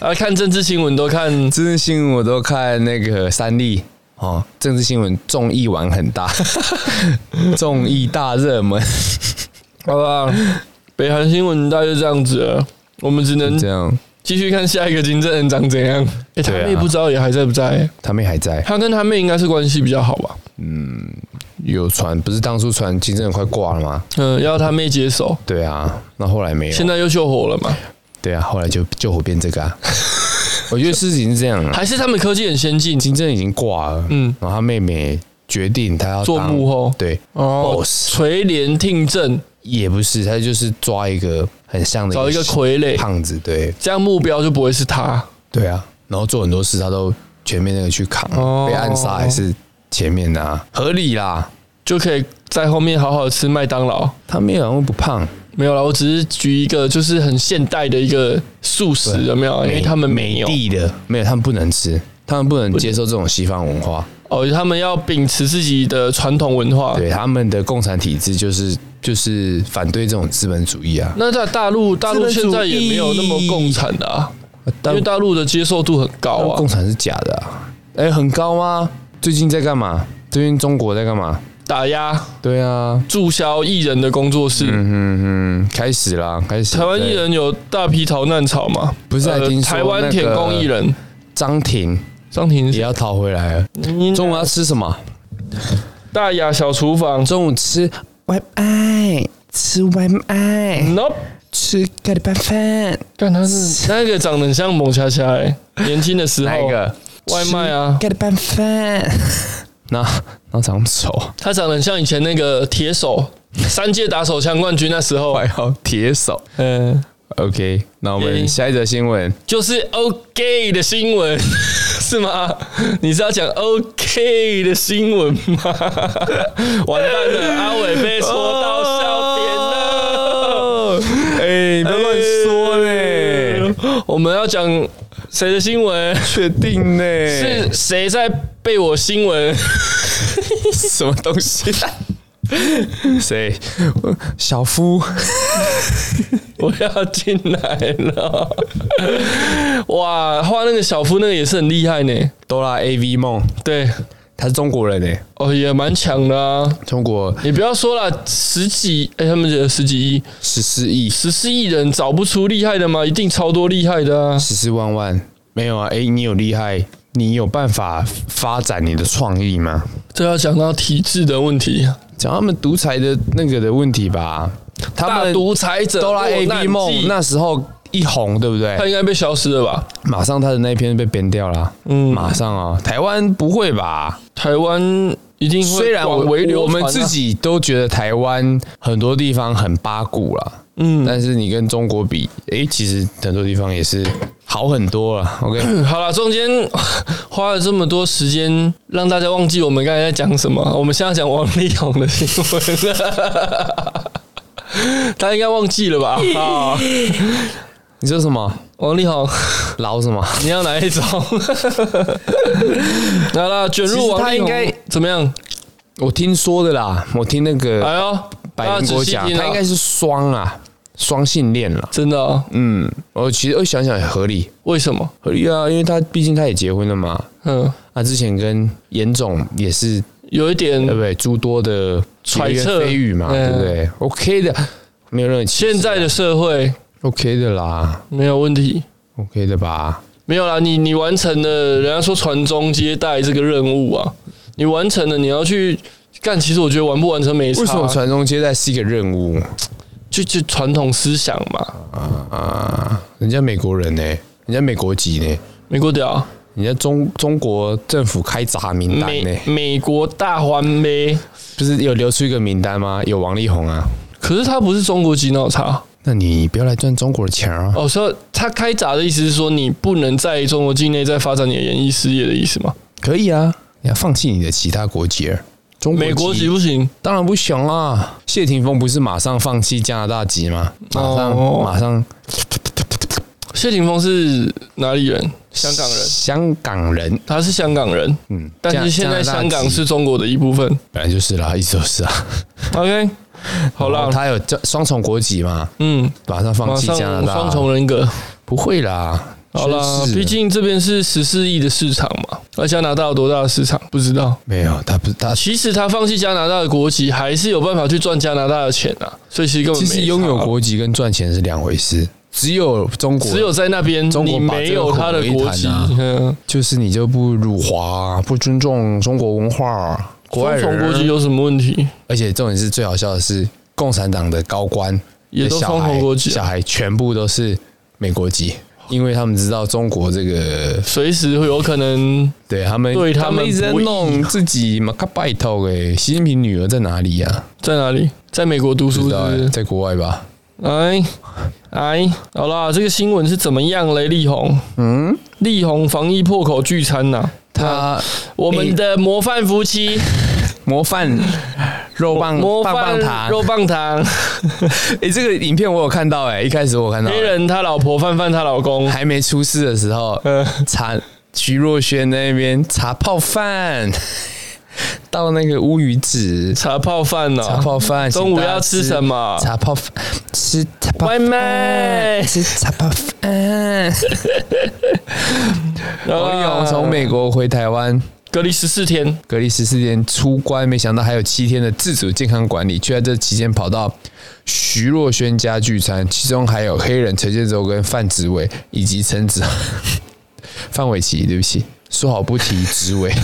Speaker 1: 啊，看政治新闻都看，
Speaker 2: 政治新闻我都看那个三立哦，政治新闻综艺玩很大， 综艺大热门，
Speaker 1: 好吧。北韩新闻大概就这样子了，我们只能
Speaker 2: 这样
Speaker 1: 继续看下一个金正恩长怎样。哎、他
Speaker 2: 对啊
Speaker 1: 妹不知道也还在不在、
Speaker 2: 他们还在
Speaker 1: 他跟他妹应该是关系比较好吧？
Speaker 2: 有传，不是当初传金正恩快挂了吗？
Speaker 1: 嗯，要他妹接手，
Speaker 2: 对啊，那后来没有
Speaker 1: 现，在又救火了嘛？
Speaker 2: 对啊，后来就救火变这个啊， 我觉得事情是这样啊，
Speaker 1: 还是他们科技很先进？
Speaker 2: 金正恩已经挂了，
Speaker 1: 嗯，
Speaker 2: 然后他妹妹决定他要
Speaker 1: 做
Speaker 2: 当
Speaker 1: 幕后
Speaker 2: 对，
Speaker 1: 哦，
Speaker 2: boss
Speaker 1: 垂帘听政，
Speaker 2: 也不是，他就是抓一个很像的
Speaker 1: 找一个
Speaker 2: 小
Speaker 1: 傀儡，
Speaker 2: 胖子，对，
Speaker 1: 这样目标就不会是他。
Speaker 2: 对啊，然后做很多事他都前面那个去扛，
Speaker 1: 哦
Speaker 2: 被暗杀还是前面的、啊，合理啦。
Speaker 1: 就可以在后面好好吃麦当劳。
Speaker 2: 他们也好像不胖，
Speaker 1: 没有啦，我只是举一个就是很现代的一个素食，有没有？因为他们没有
Speaker 2: 美帝的没有，他们不能吃，他们不能接受这种西方文化。
Speaker 1: 哦，他们要秉持自己的传统文化。
Speaker 2: 对，他们的共产体制就是就是反对这种资本主义啊。
Speaker 1: 那在大陆，大陆
Speaker 2: 资
Speaker 1: 现
Speaker 2: 本主义
Speaker 1: 在也没有那么共产的啊，因
Speaker 2: 但
Speaker 1: 为大陆的接受度很高
Speaker 2: 但
Speaker 1: 啊
Speaker 2: 共。产是假的啊，哎、很高吗？最近在干嘛？最近中国在干嘛？
Speaker 1: 打压、
Speaker 2: 对啊，
Speaker 1: 注销艺人的工作室，
Speaker 2: 嗯，开始啦，开始。
Speaker 1: 台湾
Speaker 2: 对
Speaker 1: 艺人有大批逃难潮嘛？呃
Speaker 2: 不是还听说
Speaker 1: 台湾
Speaker 2: 那
Speaker 1: 舔
Speaker 2: 个
Speaker 1: 工艺人
Speaker 2: 张庭
Speaker 1: 张庭
Speaker 2: 也要逃回来
Speaker 1: 嗯
Speaker 2: 了。中午要吃什么？
Speaker 1: 大雅小厨房
Speaker 2: 中午吃外卖，吃外卖，
Speaker 1: ，Nope，
Speaker 2: 吃咖喱拌饭。
Speaker 1: 看他是那个长得很像蒙恰恰哎，年轻的时 候
Speaker 2: 哪一个？
Speaker 1: 外卖啊
Speaker 2: 吃咖喱拌饭。 那那长不熟，
Speaker 1: 他长得很像以前那个铁手，三届打手枪冠军那时候
Speaker 2: 还，好铁手。
Speaker 1: 嗯，
Speaker 2: OK，那我们
Speaker 1: 耶
Speaker 2: 下一则新闻，
Speaker 1: 就是 OK 的新闻 是吗？你是要讲 OK 的新闻吗？ 完蛋了，阿伟被戳到笑点了。
Speaker 2: 哎，不要乱说嘞，
Speaker 1: 我们要讲谁的新闻？
Speaker 2: 哎确定嘞
Speaker 1: 是谁在背我新闻？
Speaker 2: 是什么东西？ 谁？小夫，
Speaker 1: 我要进来了！ 哇，画那个小夫那个也是很厉害呢。
Speaker 2: 哆啦 A V 梦，
Speaker 1: 对，
Speaker 2: 他是中国人哎，
Speaker 1: 哦，也蛮强的啊！
Speaker 2: 中国
Speaker 1: 你不要说了，十几，哎、他们觉得十几亿、
Speaker 2: 十四亿
Speaker 1: 十四亿人找不出厉害的吗？一定超多厉害的啊！
Speaker 2: 十四万万没有啊？哎、你有厉害，你有办法发展你的创意吗？
Speaker 1: 这要讲到体制的问题，
Speaker 2: 讲他们独裁的那个的问题吧，他
Speaker 1: 大
Speaker 2: 们
Speaker 1: 独裁者
Speaker 2: 哆啦 A
Speaker 1: 落难
Speaker 2: V
Speaker 1: 记
Speaker 2: 梦那时候一红，对不
Speaker 1: 他
Speaker 2: 对？
Speaker 1: 应该被消失了吧？
Speaker 2: 马上他的那一篇被编掉了，嗯，马上啊、台湾不会吧？
Speaker 1: 台湾一定会
Speaker 2: 虽然我
Speaker 1: 广为流
Speaker 2: 我
Speaker 1: 传啊
Speaker 2: 们自己都觉得台湾很多地方很八股啦，嗯，但是你跟中国比，哎、其实很多地方也是好很多了。OK，
Speaker 1: 好了，中间 花了这么多时间，让大家忘记我们刚才在讲什么。我们现在讲王力宏的新闻， 大家应该忘记了 吧？啊，
Speaker 2: 你说什么？
Speaker 1: 王力宏，
Speaker 2: 老什么？
Speaker 1: 你要哪 一种？好了，卷入王
Speaker 2: 其实他
Speaker 1: 力宏
Speaker 2: 应该
Speaker 1: 怎么样？
Speaker 2: 我听说的啦，我听那
Speaker 1: 哎
Speaker 2: 个
Speaker 1: 呦，
Speaker 2: 百灵
Speaker 1: 大家
Speaker 2: 国
Speaker 1: 仔细
Speaker 2: 讲，
Speaker 1: 听啊
Speaker 2: 他应该是双啊，双性恋啦。
Speaker 1: 真的啊、
Speaker 2: 嗯，我其实我想想也合理，
Speaker 1: 为什么？
Speaker 2: 合理啊，因为他毕竟他也结婚了嘛。
Speaker 1: 嗯，
Speaker 2: 他之前跟严总也是
Speaker 1: 有一点
Speaker 2: 对不对？诸多的
Speaker 1: 嗯揣测
Speaker 2: 流言蜚语嘛，
Speaker 1: 嗯
Speaker 2: 对不对？OK 的，没有任何歧视
Speaker 1: 现在的社会
Speaker 2: OK 的啦
Speaker 1: 没有问题，
Speaker 2: ，OK 的吧？
Speaker 1: 没有啦，你你完成了，人家说传宗接代这个任务啊，你完成了，你要去干。其实我觉得完不完成没差，啊
Speaker 2: 为什么传宗接代是一个任务
Speaker 1: 就就传统思想嘛，
Speaker 2: 啊？人家美国人呢、人家美国籍呢、
Speaker 1: 美国屌，
Speaker 2: 人家中中国政府开闸名单嗯呢、
Speaker 1: 美美国大环呗。
Speaker 2: 不是有流出一个名单吗？有王力宏啊，
Speaker 1: 可是他不是中国籍，那有差
Speaker 2: 那你不要来赚中国的钱啊！
Speaker 1: 哦。所以他开闸的意思是说，你不能在中国境内再发展你的演艺事业的意思吗？
Speaker 2: 可以啊，你要放弃你的其他国籍儿，中国
Speaker 1: 美国籍
Speaker 2: 籍
Speaker 1: 不行，
Speaker 2: 当然不行啦。谢霆锋不是马上放弃加拿大籍吗？马上、
Speaker 1: 哦
Speaker 2: 马上，
Speaker 1: 谢霆锋是哪里人？香港人，
Speaker 2: 香港人，
Speaker 1: 他是香港人，
Speaker 2: 嗯，
Speaker 1: 但
Speaker 2: 加
Speaker 1: 是现在
Speaker 2: 加拿大
Speaker 1: 香
Speaker 2: 籍
Speaker 1: 港是中国的一部分。
Speaker 2: 本来就是啦，一直都是啊。
Speaker 1: OK，好
Speaker 2: 然
Speaker 1: 啦
Speaker 2: 后，他有这双重国籍嘛，
Speaker 1: 嗯，
Speaker 2: 马上放
Speaker 1: 马
Speaker 2: 弃
Speaker 1: 上
Speaker 2: 加拿大，
Speaker 1: 双重人格。
Speaker 2: 不会啦，
Speaker 1: 好啦
Speaker 2: 真，是
Speaker 1: 毕竟这边是十四亿的市场嘛，而加拿大有多大的市场不知道。
Speaker 2: 没有他不是他。
Speaker 1: 其实他放弃加拿大的国籍，还是有办法去赚加拿大的钱啊。所以其实根本
Speaker 2: 其
Speaker 1: 没
Speaker 2: 实拥有
Speaker 1: 差
Speaker 2: 国籍跟赚钱是两回事，只有中国
Speaker 1: 只有在那边
Speaker 2: 中国
Speaker 1: 你
Speaker 2: 把这个
Speaker 1: 没有他的国
Speaker 2: 混为
Speaker 1: 籍，
Speaker 2: 一啊
Speaker 1: 嗯，
Speaker 2: 就是你就不辱华，不尊重中国文化，国外
Speaker 1: 双重
Speaker 2: 人啊
Speaker 1: 国籍有什么问题？
Speaker 2: 而且重点是最好笑的是，共产党的高官
Speaker 1: 也都
Speaker 2: 的小
Speaker 1: 双重
Speaker 2: 孩
Speaker 1: 国籍啊
Speaker 2: 小孩全部都是美国籍，因为他们知道中国这个
Speaker 1: 随时会有可能
Speaker 2: 对他们
Speaker 1: 对他们
Speaker 2: 一直在
Speaker 1: 不易
Speaker 2: 弄自己嘛，卡拜托哎，习近平女儿在哪里呀、
Speaker 1: 在哪里？在美国读
Speaker 2: 不
Speaker 1: 书
Speaker 2: 知
Speaker 1: 是
Speaker 2: 道
Speaker 1: 不
Speaker 2: 欸，
Speaker 1: 是？
Speaker 2: 在国外吧？
Speaker 1: 哎哎，好啦，这个新闻是怎么样嘞？力宏，嗯，力宏防疫破口聚餐呐、
Speaker 2: 他
Speaker 1: 我们的模范夫妻，
Speaker 2: 模范肉哎棒
Speaker 1: 模
Speaker 2: 棒棒
Speaker 1: 范
Speaker 2: 糖，
Speaker 1: 肉棒糖，
Speaker 2: 哎、这个影片我有看到哎、一开始我有看到
Speaker 1: 黑人他老婆，范范他老公，
Speaker 2: 还没出事的时候，
Speaker 1: 呃，
Speaker 2: 查徐若瑄那边查泡饭， 到那个乌鱼子
Speaker 1: 茶泡饭呢、
Speaker 2: 查泡饭，
Speaker 1: 中午要吃什
Speaker 2: 么？
Speaker 1: 么？
Speaker 2: 茶泡饭，吃茶泡
Speaker 1: 外
Speaker 2: 饭
Speaker 1: 卖
Speaker 2: 吃茶泡饭。王哦力宏
Speaker 1: 啊
Speaker 2: 从美国回台湾
Speaker 1: 隔离十四天，
Speaker 2: 隔离十四天出关，没想到还有七天的自主健康管理，却在这期间跑到徐若瑄家聚餐，其中还有黑人陈建州跟范植伟以及陈子范玮琪，对不起，说好不提植伟。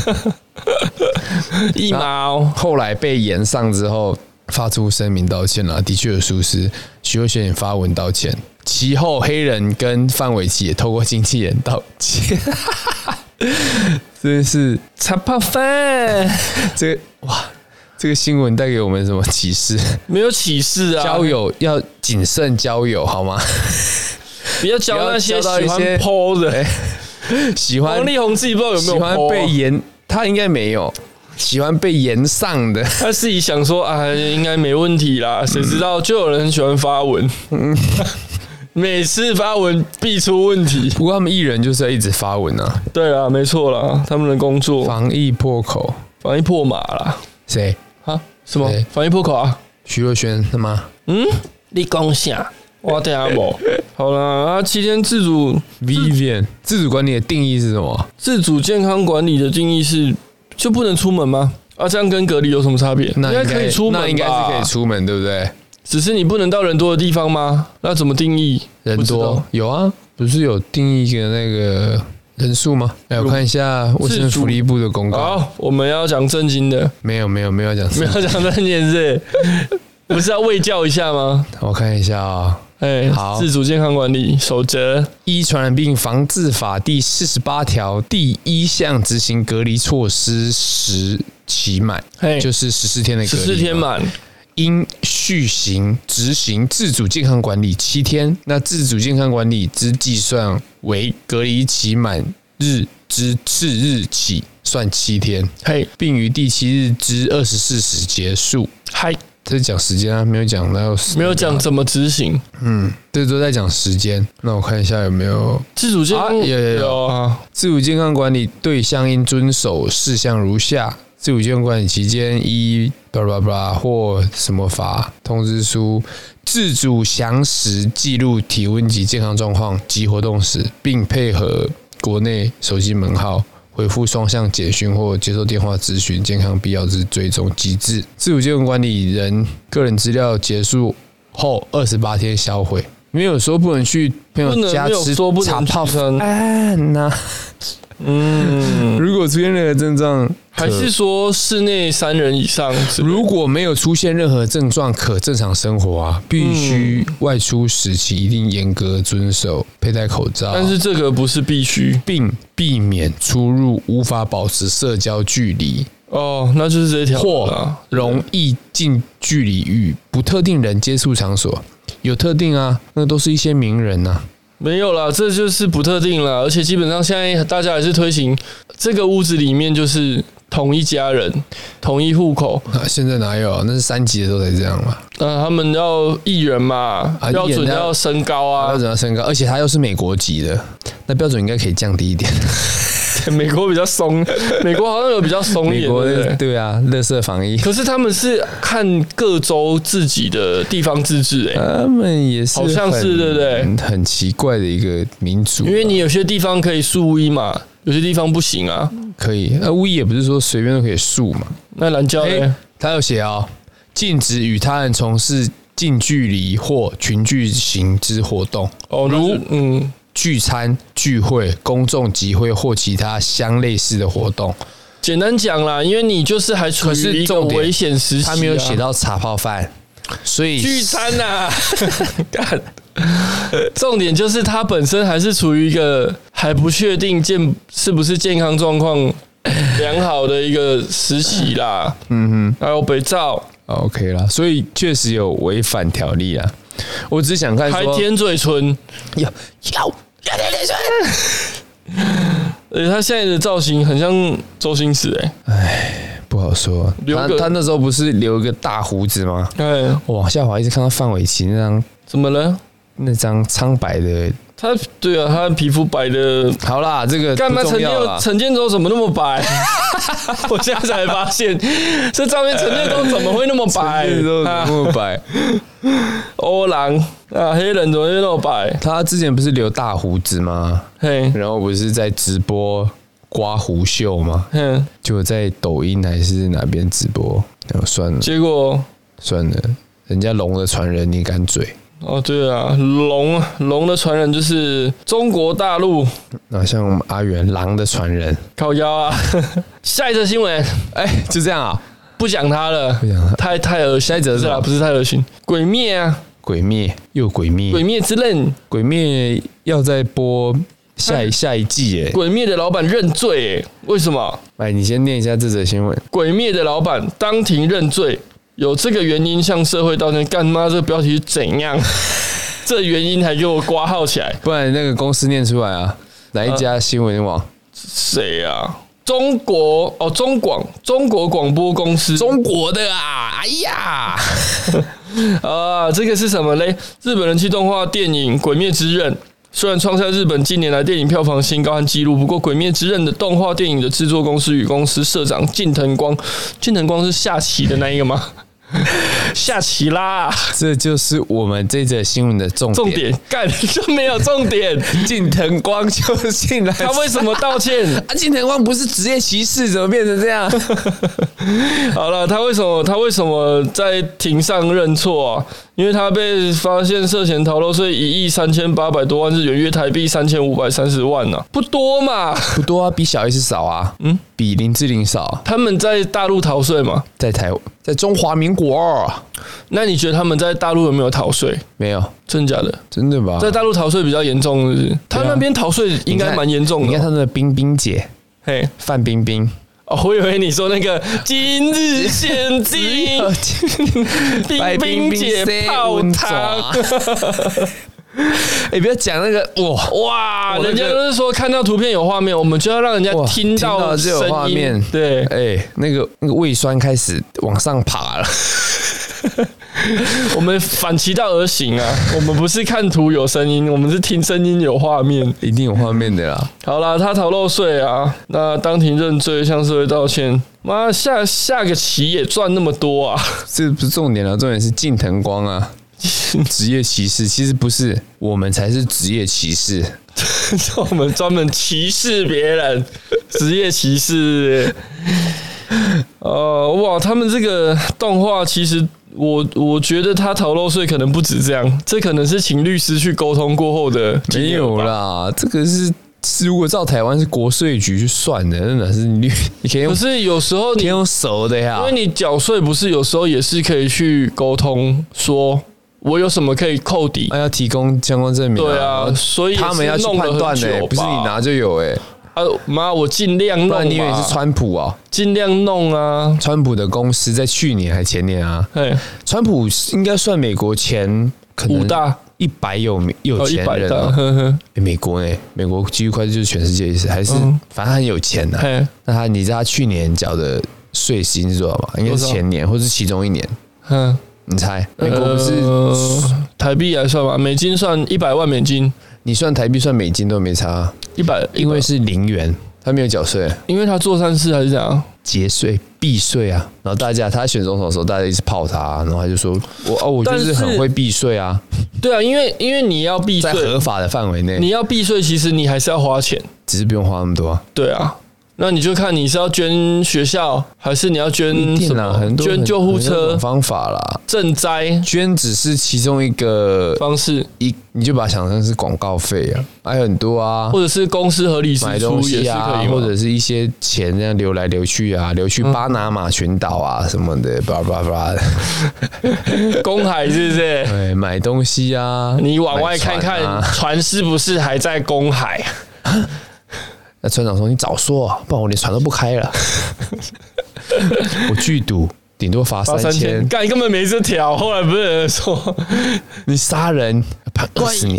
Speaker 1: 一毛。
Speaker 2: 后来被延上之后，发出声明道歉了，的确有疏失。徐若瑄也发文道歉，其后黑人跟范玮琪也透过经纪人道歉。 真是
Speaker 1: 茶泡饭
Speaker 2: 这个哇，这个新闻带给我们什么启示？
Speaker 1: 没有歧视啊，
Speaker 2: 交友要谨慎交友，好吗？
Speaker 1: 不要教那些
Speaker 2: 不要交到
Speaker 1: 喜
Speaker 2: 一
Speaker 1: 欢
Speaker 2: 些
Speaker 1: PO 的。
Speaker 2: 喜欢
Speaker 1: 王力宏自己不知道有没有
Speaker 2: 喜欢
Speaker 1: po 啊
Speaker 2: 被延，他应该没有喜欢被延上的。
Speaker 1: 他自己想说啊，应该没问题啦，谁知道就有人很喜欢发文， 每次发文必出问题。
Speaker 2: 不过他们艺人就是要一直发文啊，
Speaker 1: 对啦，没错啦，他们的工作
Speaker 2: 防疫破口，
Speaker 1: 防疫破码啦
Speaker 2: 谁？
Speaker 1: 啊，什么
Speaker 2: 对
Speaker 1: 防疫破口啊？
Speaker 2: 徐若瑄是吗？
Speaker 1: 你讲啥？我听无。好啦，啊，七天自主
Speaker 2: Vivian 自主管理的定义是什么？
Speaker 1: 自主健康管理的定义是就不能出门吗？啊，这样跟隔离有什么差别？应
Speaker 2: 那
Speaker 1: 该
Speaker 2: 应该
Speaker 1: 可以出门吧？
Speaker 2: 那应该是可以出门，对不对？
Speaker 1: 只是你不能到人多的地方吗？那怎么定义？
Speaker 2: 人
Speaker 1: 不知
Speaker 2: 多
Speaker 1: 道
Speaker 2: 有啊，不是有定义一个那个人数吗？来，我看一下卫生福利部的公告。
Speaker 1: 好，我们要讲正 经的，
Speaker 2: 没有，没有，没有讲
Speaker 1: 没
Speaker 2: 什么。
Speaker 1: 有讲正经事，不是要喂教一下吗？
Speaker 2: 我看一下啊，
Speaker 1: 哎、
Speaker 2: 好
Speaker 1: 自主健康管理守则，
Speaker 2: 《依传染病防治法》第四十八条第一项执行隔离措施时期满，
Speaker 1: 哎，
Speaker 2: 就是是十四天的隔
Speaker 1: 十
Speaker 2: 离嘛。
Speaker 1: 四天满，
Speaker 2: 应续行执行自主健康管理七天，那自主健康管理之计算为隔离期满日之次日起算七天，
Speaker 1: 嘿，
Speaker 2: 并于第七日之二十四时结束。
Speaker 1: 嗨，
Speaker 2: 这讲时间啊，没有讲到时
Speaker 1: 没有讲怎么执行
Speaker 2: 嗯，这都在讲时间。那我看一下有没有
Speaker 1: 自主健康，
Speaker 2: 啊有有有
Speaker 1: 啊，
Speaker 2: 自主健康管理对象应遵守事项如下：自主监督管理期间依巴拉巴拉或什么法通知书自主详实记录体温及健康状况及活动时，并配合国内手机门号。回复双向简讯或接受电话咨询，健康必要之追踪机制。自主监督管理人个人资料结束后二十八天销毁，没有说不能去朋
Speaker 1: 不
Speaker 2: 友
Speaker 1: 能
Speaker 2: 家
Speaker 1: 没有
Speaker 2: 吃
Speaker 1: 说不
Speaker 2: 茶
Speaker 1: 能
Speaker 2: 泡
Speaker 1: 吃饭
Speaker 2: 饭呐、
Speaker 1: 嗯，
Speaker 2: 如果出现任何症状，
Speaker 1: 还是说室内三人以上之类的？
Speaker 2: 如果没有出现任何症状，可正常生活
Speaker 1: 嗯
Speaker 2: 啊，必须外出时期一定严格遵守佩戴口罩，
Speaker 1: 但是这个不是必须
Speaker 2: 并避免出入无法保持社交距离
Speaker 1: 哦，那就是这条路
Speaker 2: 或
Speaker 1: 了。
Speaker 2: 容易近距离与不特定人接触场所。有特定啊，那都是一些名人呐、啊。
Speaker 1: 没有啦，这就是不特定啦，而且基本上现在大家还是推行这个屋子里面就是同一家人、同一户口，
Speaker 2: 啊现在哪有、啊？那是三级的时候才这样嘛。
Speaker 1: 那他们要艺人嘛，
Speaker 2: 啊
Speaker 1: 标
Speaker 2: 艺
Speaker 1: 准
Speaker 2: 人要
Speaker 1: 要身高
Speaker 2: 标
Speaker 1: 啊，
Speaker 2: 准要升高，而且他又是美国籍的，那标准应该可以降低一点。
Speaker 1: 美国比较松，美国好像有比较松一
Speaker 2: 啊美
Speaker 1: 点，
Speaker 2: 国
Speaker 1: 对不对
Speaker 2: 对啊，乐色防疫，
Speaker 1: 可是他们是看各州自己的地方自治、欸，
Speaker 2: 他们也是
Speaker 1: 好像是
Speaker 2: 很
Speaker 1: 对不对
Speaker 2: 很很奇怪的一个民族啊，
Speaker 1: 因为你有些地方可以树一嘛，有些地方不行啊。
Speaker 2: 可以，那巫医也不是说随便都可以诉嘛。
Speaker 1: 那蓝教
Speaker 2: 哎、
Speaker 1: 呢？
Speaker 2: 他有写哦，禁止与他人从事近距离或群聚型之活动，
Speaker 1: 哦，如嗯，
Speaker 2: 聚餐、聚会、公众集会或其他相类似的活动。
Speaker 1: 简单讲啦，因为你就是还处
Speaker 2: 可是
Speaker 1: 于一个
Speaker 2: 重点
Speaker 1: 危险时期、啊，
Speaker 2: 他没有写到茶泡饭，所以
Speaker 1: 聚餐呐、啊。 干重点就是他本身还是处于一个还不确定健是不是健康状况 良好的一个时期啦。嗯哼，还有北照
Speaker 2: 哦 OK 啦，所以确实有违反条例啦。我只想看
Speaker 1: 还
Speaker 2: 说，
Speaker 1: 舔嘴唇，
Speaker 2: 要要要天天
Speaker 1: 而且他现在的造型很像周星驰哎、
Speaker 2: 不好说。
Speaker 1: 留
Speaker 2: 他
Speaker 1: 个
Speaker 2: 他那时候不是留一个大胡子吗？
Speaker 1: 欸，哎，
Speaker 2: 我往下滑，一直看到范玮琪那张
Speaker 1: 怎么了？
Speaker 2: 那张苍白的。
Speaker 1: 他对啊，他的皮肤白的，
Speaker 2: 好啦，这个
Speaker 1: 干嘛？
Speaker 2: 不重
Speaker 1: 陈
Speaker 2: 要
Speaker 1: 建
Speaker 2: 啦。
Speaker 1: 陈建州怎么那么白？ 我现在才发现，这照片陈建州怎么会那么白
Speaker 2: 陈建州？怎么
Speaker 1: 啊
Speaker 2: 那么白，
Speaker 1: 欧郎啊，黑人怎么会那么白？
Speaker 2: 他之前不是留大胡子吗？
Speaker 1: 嘿，
Speaker 2: 然后不是在直播刮胡秀吗？
Speaker 1: 哼，
Speaker 2: 就在抖音还是哪边直播？然后算了
Speaker 1: 结果
Speaker 2: 算了，人家龙的传人，你敢嘴？
Speaker 1: 哦，对啊，龙龙的传人就是中国大陆
Speaker 2: 那像我们阿元狼的传人，
Speaker 1: 靠腰啊。 下一则新闻
Speaker 2: 哎、就这样啊！
Speaker 1: 不讲他了，
Speaker 2: 不讲他
Speaker 1: 太太恶心。
Speaker 2: 下一则是
Speaker 1: 不
Speaker 2: 什
Speaker 1: 是啊，
Speaker 2: 么
Speaker 1: 不是太恶心，鬼灭啊，
Speaker 2: 鬼灭又鬼灭，
Speaker 1: 鬼灭之刃，
Speaker 2: 鬼灭要再播下一下一季哎、
Speaker 1: 嗯鬼灭的老板认罪、欸，为什么？
Speaker 2: 哎，你先念一下这则新闻。
Speaker 1: 鬼灭的老板当庭认罪，有这个原因向社会道歉。干妈这个标题是怎样？ 这原因还给我挂号起来，
Speaker 2: 不然那个公司念出来啊，哪一家新闻 网？
Speaker 1: 谁啊？中国哦，中广中国广播公司
Speaker 2: 中国的啊！哎呀，
Speaker 1: 啊，这个是什么嘞？日本人气动画电影《鬼灭之刃》。虽然创下日本近年来电影票房新高和纪录，不过《鬼灭之刃》的动画电影的制作公司与公司社长近藤光，近藤光是下棋的那一 个吗？下棋啦、
Speaker 2: 这就是我们这则新闻的重点。
Speaker 1: 重点干就没有重点，
Speaker 2: 近藤光就进来，
Speaker 1: 他为什么道歉？
Speaker 2: 啊？近藤光不是职业歧视，怎么变成这样？
Speaker 1: 好了，他为什么他为什么在庭上认错啊？因为他被发现涉嫌逃漏税一亿三千八百多万日元，约台币三千五百三十万呢、啊，不多嘛。
Speaker 2: 不多啊，比小 S 少啊，嗯，比林志玲少啊，
Speaker 1: 他们在大陆逃税嘛？
Speaker 2: 在台在中华民国啊
Speaker 1: 那你觉得他们在大陆有没有逃税？
Speaker 2: 没有，
Speaker 1: 真假的？
Speaker 2: 真的吧？
Speaker 1: 在大陆逃税比较严重，是不是？他那边逃税应该蛮严重
Speaker 2: 你看
Speaker 1: 的
Speaker 2: 他
Speaker 1: 哦。
Speaker 2: 们的冰冰姐
Speaker 1: 嘿，
Speaker 2: 范冰冰，
Speaker 1: 哦，我以为你说那个今日 现金，冰冰姐泡汤。
Speaker 2: 哎，不要讲那个哇我那
Speaker 1: 哇，啊人
Speaker 2: 个
Speaker 1: 家都是说看到图片有画面，我们就要让人家
Speaker 2: 哇
Speaker 1: 听到
Speaker 2: 这
Speaker 1: 声
Speaker 2: 有
Speaker 1: 音。
Speaker 2: 画面， 哎
Speaker 1: 对，
Speaker 2: 哎，那个那个胃酸开始往上爬了，
Speaker 1: 我们反其道而行啊！ 我们不是看图有声音，我们是听声音有画面。
Speaker 2: 一定有画面的啦。
Speaker 1: 好啦，他逃漏税啊，那当庭认罪，向社会道歉。妈，下下个棋也赚那么多啊！
Speaker 2: 这不是重点啊，重点是近藤光 啊，职业歧视其实不是，我们才是职业歧视。
Speaker 1: 我们专门歧视别人，职业歧视。 呃，哇，他们这个动画其实我我觉得他逃漏税可能不止这样，这可能是请律师去沟通过后的金额吧
Speaker 2: 没有啦，这个是是如果照台湾是国税局去算的，那哪是你 你可以用
Speaker 1: 可是有时候
Speaker 2: 可以
Speaker 1: 你，因
Speaker 2: 用熟的呀
Speaker 1: 为。你缴税不是有时候也是可以去沟通，说我有什么可以扣抵。
Speaker 2: 啊要提供相关证明、
Speaker 1: 对啊，所以
Speaker 2: 他们要去
Speaker 1: 弄
Speaker 2: 判断呢、不是你拿就有哎、
Speaker 1: 啊妈，我尽量弄
Speaker 2: 不
Speaker 1: 嘛，
Speaker 2: 然你以为是川普啊？
Speaker 1: 尽量弄啊，
Speaker 2: 川普的公司在去年还前年啊，
Speaker 1: 哎，
Speaker 2: 川普应该算美国前可能
Speaker 1: 五大
Speaker 2: 一百有名有
Speaker 1: 哦一
Speaker 2: 钱
Speaker 1: 百
Speaker 2: 人、
Speaker 1: 大，
Speaker 2: 啊
Speaker 1: 呵呵，
Speaker 2: 诶美国呢、美国几乎快就是全世界意思，还是、
Speaker 1: 嗯
Speaker 2: 反正他很有钱呐、
Speaker 1: 嘿。
Speaker 2: 那他你知道他去年缴的税金是多少吗？应该是
Speaker 1: 多少
Speaker 2: 前年或是其中一年，
Speaker 1: 嗯，
Speaker 2: 你猜？美国不是、
Speaker 1: 呃、台币来算吧，美金算一百万美金，
Speaker 2: 你算台币算美金都没差啊，
Speaker 1: 一百，
Speaker 2: 因为是零元，他没有缴税，
Speaker 1: 因为他做善事还是这样。
Speaker 2: 节税避税啊。然后大家他选总统的时候，大家一直泡他、啊然后他就说：“我哦，我就
Speaker 1: 但
Speaker 2: 是
Speaker 1: 是
Speaker 2: 很会避税啊，
Speaker 1: 对啊，因为因为你要避
Speaker 2: 在
Speaker 1: 税，
Speaker 2: 合法的范围内
Speaker 1: 你，要避税，其实你还是要花钱。
Speaker 2: 只是不用花那么多、啊。
Speaker 1: 对啊，那你就看你是要捐学校，还是你要捐什
Speaker 2: 电脑啊很
Speaker 1: 么？
Speaker 2: 多
Speaker 1: 捐救护
Speaker 2: 很多种
Speaker 1: 车、
Speaker 2: 方法啦，
Speaker 1: 赈灾
Speaker 2: 捐只是其中一个
Speaker 1: 方式，
Speaker 2: 一，你就把它想成是广告费啊，还有很多啊。”
Speaker 1: 或者是公司合理支
Speaker 2: 买
Speaker 1: 出
Speaker 2: 东
Speaker 1: 也
Speaker 2: 西
Speaker 1: 是可
Speaker 2: 啊，
Speaker 1: 以嘛嗯
Speaker 2: 或者是一些钱这样流来流去啊，流去巴拿马群岛啊什么的，巴拉巴拉巴拉。
Speaker 1: 公海是 不是？
Speaker 2: 对，买东西啊，
Speaker 1: 你往外看
Speaker 2: 买船
Speaker 1: 看，
Speaker 2: 啊
Speaker 1: 船是不是还在公海？
Speaker 2: 那船长说：“你早说、啊，不然我连船都不开 了。”我拒赌，顶多罚
Speaker 1: 八
Speaker 2: 三
Speaker 1: 哦三千，
Speaker 2: 千。
Speaker 1: 干根本没这条。后来不是有人说，
Speaker 2: 你杀人判二十年，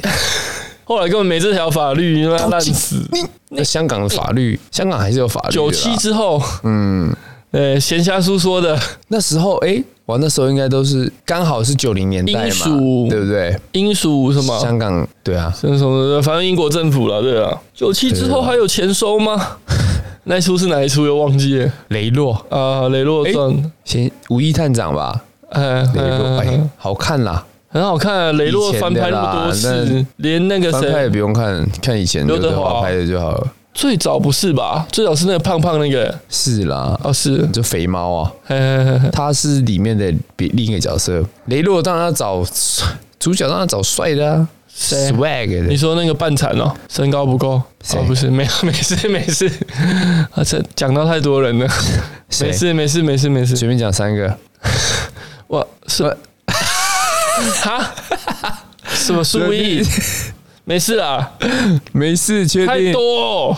Speaker 1: 后来根本没这条法律，他妈烂死。
Speaker 2: 你那香港的法律，香港还是有法律的啦。
Speaker 1: 哎九七之后，嗯， 呃，闲暇叔说的，
Speaker 2: 那时候，哎、我那时候应该都是刚好是九零年代
Speaker 1: 英
Speaker 2: 嘛
Speaker 1: 属，
Speaker 2: 对不对？
Speaker 1: 英属什么
Speaker 2: 香港对啊，
Speaker 1: 什么什么的，反正英国政府了，对啊。九七之后还有钱 收吗？那一出是哪一出？又忘记了
Speaker 2: 雷洛，
Speaker 1: 啊，《雷洛传》
Speaker 2: 先吴义探长吧，
Speaker 1: 哎，
Speaker 2: 雷洛，哎、
Speaker 1: 哎，
Speaker 2: 好看啦，
Speaker 1: 很好看啊，《雷洛
Speaker 2: 以》前
Speaker 1: 翻
Speaker 2: 的啦
Speaker 1: 拍那么多次
Speaker 2: 那，
Speaker 1: 连那个
Speaker 2: 翻拍也
Speaker 1: 谁
Speaker 2: 不用看，看以前
Speaker 1: 刘
Speaker 2: 刘
Speaker 1: 德华啊
Speaker 2: 德华拍的就好了。
Speaker 1: 最早不是吧？最早是那个胖胖那个
Speaker 2: 是啦，
Speaker 1: 哦，是，
Speaker 2: 就肥猫啊，
Speaker 1: 嘿嘿嘿嘿
Speaker 2: 他是里面的别另一个角色。雷洛当然要找主角，当然要找帅的啊
Speaker 1: 谁
Speaker 2: ，swag
Speaker 1: 你
Speaker 2: 的。
Speaker 1: 说那个半残哦，身高不够
Speaker 2: 谁
Speaker 1: 哦，不是，没有， 没事没事，啊，这讲到太多人了，
Speaker 2: 谁？
Speaker 1: 没事没事没事没事，
Speaker 2: 随便讲三个，
Speaker 1: 我是 哈，什么苏毅，没事啊，
Speaker 2: 没事，确
Speaker 1: 太
Speaker 2: 定
Speaker 1: 多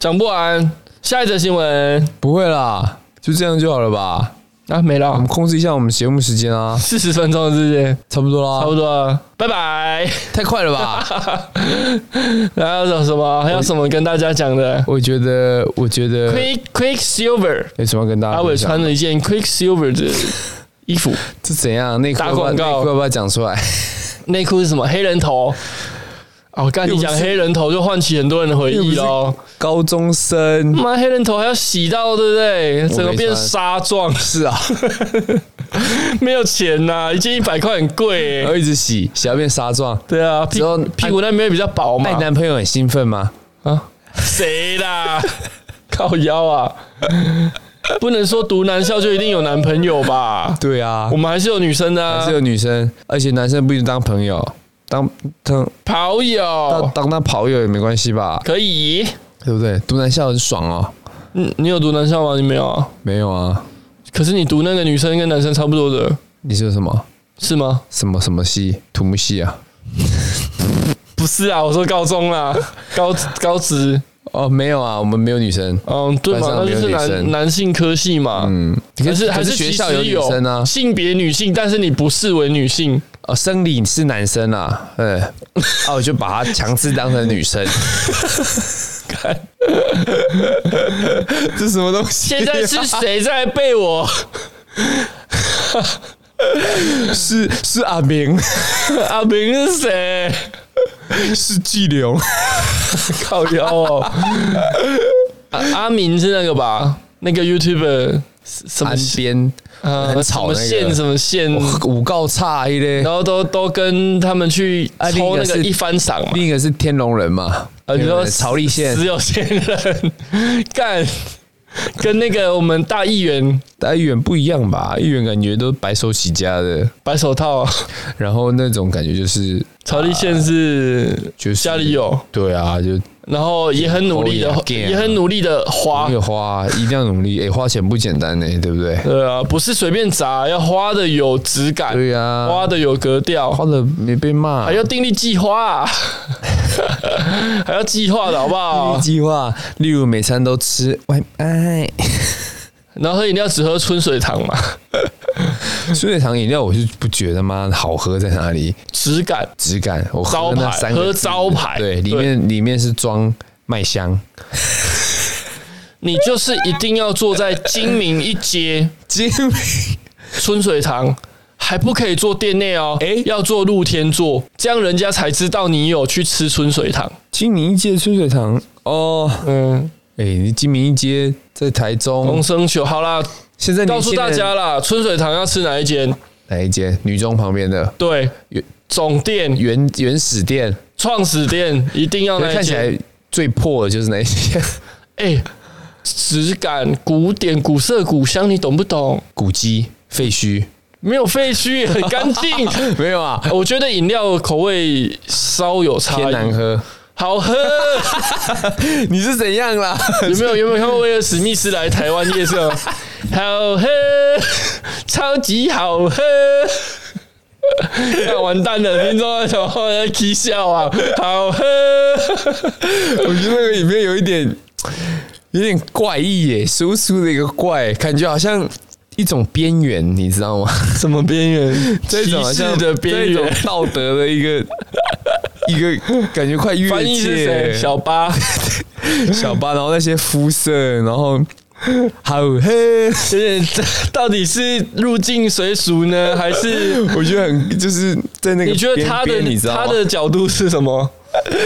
Speaker 1: 讲不完，下一则新闻
Speaker 2: 不会啦， 就这样就好了吧？
Speaker 1: 啊没
Speaker 2: 我
Speaker 1: 了
Speaker 2: 们，控制一下我们节目时间啊，
Speaker 1: 四十分钟之间
Speaker 2: 差不多啦，
Speaker 1: 差不多了，拜拜。
Speaker 2: 太快了吧？
Speaker 1: 然后有什么还有什么跟大家讲的
Speaker 2: 我觉得，我啊觉得
Speaker 1: ？Quick Quick Silver，
Speaker 2: 有什么要跟大
Speaker 1: 阿
Speaker 2: 家
Speaker 1: 伟
Speaker 2: 分享
Speaker 1: 穿？了一件 Quick Silver 的衣服。
Speaker 2: 这怎样？内裤
Speaker 1: 打
Speaker 2: 要不要
Speaker 1: 广告
Speaker 2: 内裤要不要讲出来？
Speaker 1: 内裤是什么？黑人头。啊！我跟你讲
Speaker 2: 又不是
Speaker 1: 黑人头就唤起很多人的回忆喽。
Speaker 2: 高中生
Speaker 1: 妈，黑人头还要洗到，对不对？整个变沙状，
Speaker 2: 是 啊，
Speaker 1: 没有钱呐、一件一百块很贵、
Speaker 2: 然
Speaker 1: 欸。
Speaker 2: 后一直洗，洗到变沙状。
Speaker 1: 对啊，屁
Speaker 2: 之后
Speaker 1: 屁股那边比较薄
Speaker 2: 带
Speaker 1: 嘛。
Speaker 2: 男朋友很兴奋吗？
Speaker 1: 啊，谁啦？ 靠腰啊！不能说读男校就一定有男朋友吧？
Speaker 2: 对啊
Speaker 1: 我，们还是有女生的、
Speaker 2: 还
Speaker 1: 啊
Speaker 2: 是，有女生，而且男生不一定当朋友，当当
Speaker 1: 跑
Speaker 2: 当
Speaker 1: 友
Speaker 2: 当他跑友也没关系吧？
Speaker 1: 可以。
Speaker 2: 对不对？读男校很爽哦。
Speaker 1: 嗯，你有读男校吗？你没有啊？
Speaker 2: 没有啊，
Speaker 1: 可是你读那个女生跟男生差不多的，
Speaker 2: 你是什么
Speaker 1: 是吗？
Speaker 2: 什么什么系？土木系啊？
Speaker 1: 不是啊，我说高中 啦，高高职，
Speaker 2: 哦，没有啊，我们没有女生。
Speaker 1: 嗯，对嘛，
Speaker 2: 班上
Speaker 1: 那
Speaker 2: 没有
Speaker 1: 就是
Speaker 2: 女
Speaker 1: 男
Speaker 2: 生
Speaker 1: 男性科系嘛，
Speaker 2: 嗯，
Speaker 1: 可
Speaker 2: 可
Speaker 1: 是
Speaker 2: 是
Speaker 1: 还
Speaker 2: 可
Speaker 1: 是
Speaker 2: 是
Speaker 1: 其
Speaker 2: 学
Speaker 1: 实
Speaker 2: 校有女生啊，
Speaker 1: 性别女性，但是你不视为 女性，
Speaker 2: 哦，生理是男生啊，嗯， 啊，我就把她强制当成女生， 这什么东西
Speaker 1: 啊现在是谁在被我？
Speaker 2: 是是阿 明，
Speaker 1: 阿明是谁？
Speaker 2: 是季流，
Speaker 1: 靠腰 哦。阿阿明是那个吧？那个 YouTuber 什么
Speaker 2: 安边
Speaker 1: 呃
Speaker 2: 很吵那
Speaker 1: 什么
Speaker 2: 个
Speaker 1: 线什么线，
Speaker 2: 五告差一嘞
Speaker 1: 然，后都都跟他们去
Speaker 2: 啊另一
Speaker 1: 抽
Speaker 2: 个
Speaker 1: 那个
Speaker 2: 是
Speaker 1: 一番赏嘛。
Speaker 2: 另一个是天龙人嘛，
Speaker 1: 呃，
Speaker 2: 天
Speaker 1: 你
Speaker 2: 龙
Speaker 1: 说
Speaker 2: 人曹立宪
Speaker 1: 只有仙人 干，跟那个我们大议员
Speaker 2: 但议员不一样吧？议员感觉都白手起家的，
Speaker 1: 白手套，啊
Speaker 2: 然后那种感觉就是
Speaker 1: 曹立宪
Speaker 2: 啊
Speaker 1: 是
Speaker 2: 就是
Speaker 1: 家里有，
Speaker 2: 对啊，就
Speaker 1: 然后也很努力的
Speaker 2: 哦，也
Speaker 1: 也很努力的花
Speaker 2: 没，有
Speaker 1: 啊
Speaker 2: 花，一定要努力。哎、花钱不简单呢、对不对？
Speaker 1: 对啊，不是随便砸，要花的有质感，
Speaker 2: 对啊，
Speaker 1: 花的有格调，
Speaker 2: 花了没被骂，
Speaker 1: 还要订立计划、 啊，还要计划的好不好？
Speaker 2: 计划，例如每餐都吃外 卖。
Speaker 1: 然后喝饮料只喝春水堂嘛，
Speaker 2: 苏水堂饮料我是不觉得妈好喝在哪里，
Speaker 1: 质感
Speaker 2: 质感我喝
Speaker 1: 招
Speaker 2: 那
Speaker 1: 牌
Speaker 2: 三个
Speaker 1: 喝
Speaker 2: 字
Speaker 1: 招牌
Speaker 2: 对，里
Speaker 1: 对
Speaker 2: 面里面是装麦香，
Speaker 1: 你就是一定要坐在精明一街
Speaker 2: 精明
Speaker 1: 春水堂，还不可以坐店内哦，
Speaker 2: 诶
Speaker 1: 要坐露天座，这样人家才知道你有去吃春水堂。
Speaker 2: 金明一街春水堂哦，
Speaker 1: 嗯，
Speaker 2: 哎、你金明一街在台
Speaker 1: 洪
Speaker 2: 中，
Speaker 1: 生球好啦，
Speaker 2: 现嗯在
Speaker 1: 告
Speaker 2: 年
Speaker 1: 诉
Speaker 2: 轻
Speaker 1: 大
Speaker 2: 人
Speaker 1: 家啦，春水堂要吃哪一间？
Speaker 2: 哪一间？女中旁边的
Speaker 1: 对
Speaker 2: 原，
Speaker 1: 总店、
Speaker 2: 原原始店，
Speaker 1: 创始店一定要
Speaker 2: 可
Speaker 1: 那
Speaker 2: 是
Speaker 1: 一
Speaker 2: 看起
Speaker 1: 间
Speaker 2: 来最破的就是那一间
Speaker 1: 哎，质感、古典、古色古香，你懂不懂？
Speaker 2: 古迹废墟，
Speaker 1: 没有废墟，很干净。
Speaker 2: 没有啊，
Speaker 1: 我觉得饮料口味稍有差
Speaker 2: 偏难
Speaker 1: 异，
Speaker 2: 喝。
Speaker 1: 好喝。
Speaker 2: 你是怎样啦？
Speaker 1: 有没有有没有看过威尔史密斯来台湾夜市 哦？好喝，超级好喝。 那完蛋了，听众怎么在啼笑啊？好喝，
Speaker 2: 我觉得那个里面有一点有点怪异耶，叔叔的一个怪，感觉好像一种边缘，你知道吗？
Speaker 1: 什么边缘？
Speaker 2: 这
Speaker 1: 歧
Speaker 2: 种好
Speaker 1: 视
Speaker 2: 像
Speaker 1: 的边
Speaker 2: 这
Speaker 1: 缘
Speaker 2: 种。道德的一个 一个感觉快越
Speaker 1: 翻译是
Speaker 2: 界。
Speaker 1: 谁？小八。
Speaker 2: 小巴，然后那些肤色，然后好嘿，
Speaker 1: 有点，到底是入境随俗呢，还是
Speaker 2: 我觉得很就是在那个
Speaker 1: 你觉得
Speaker 2: 边
Speaker 1: 他的
Speaker 2: 边你知道吗
Speaker 1: 他的角度是什么？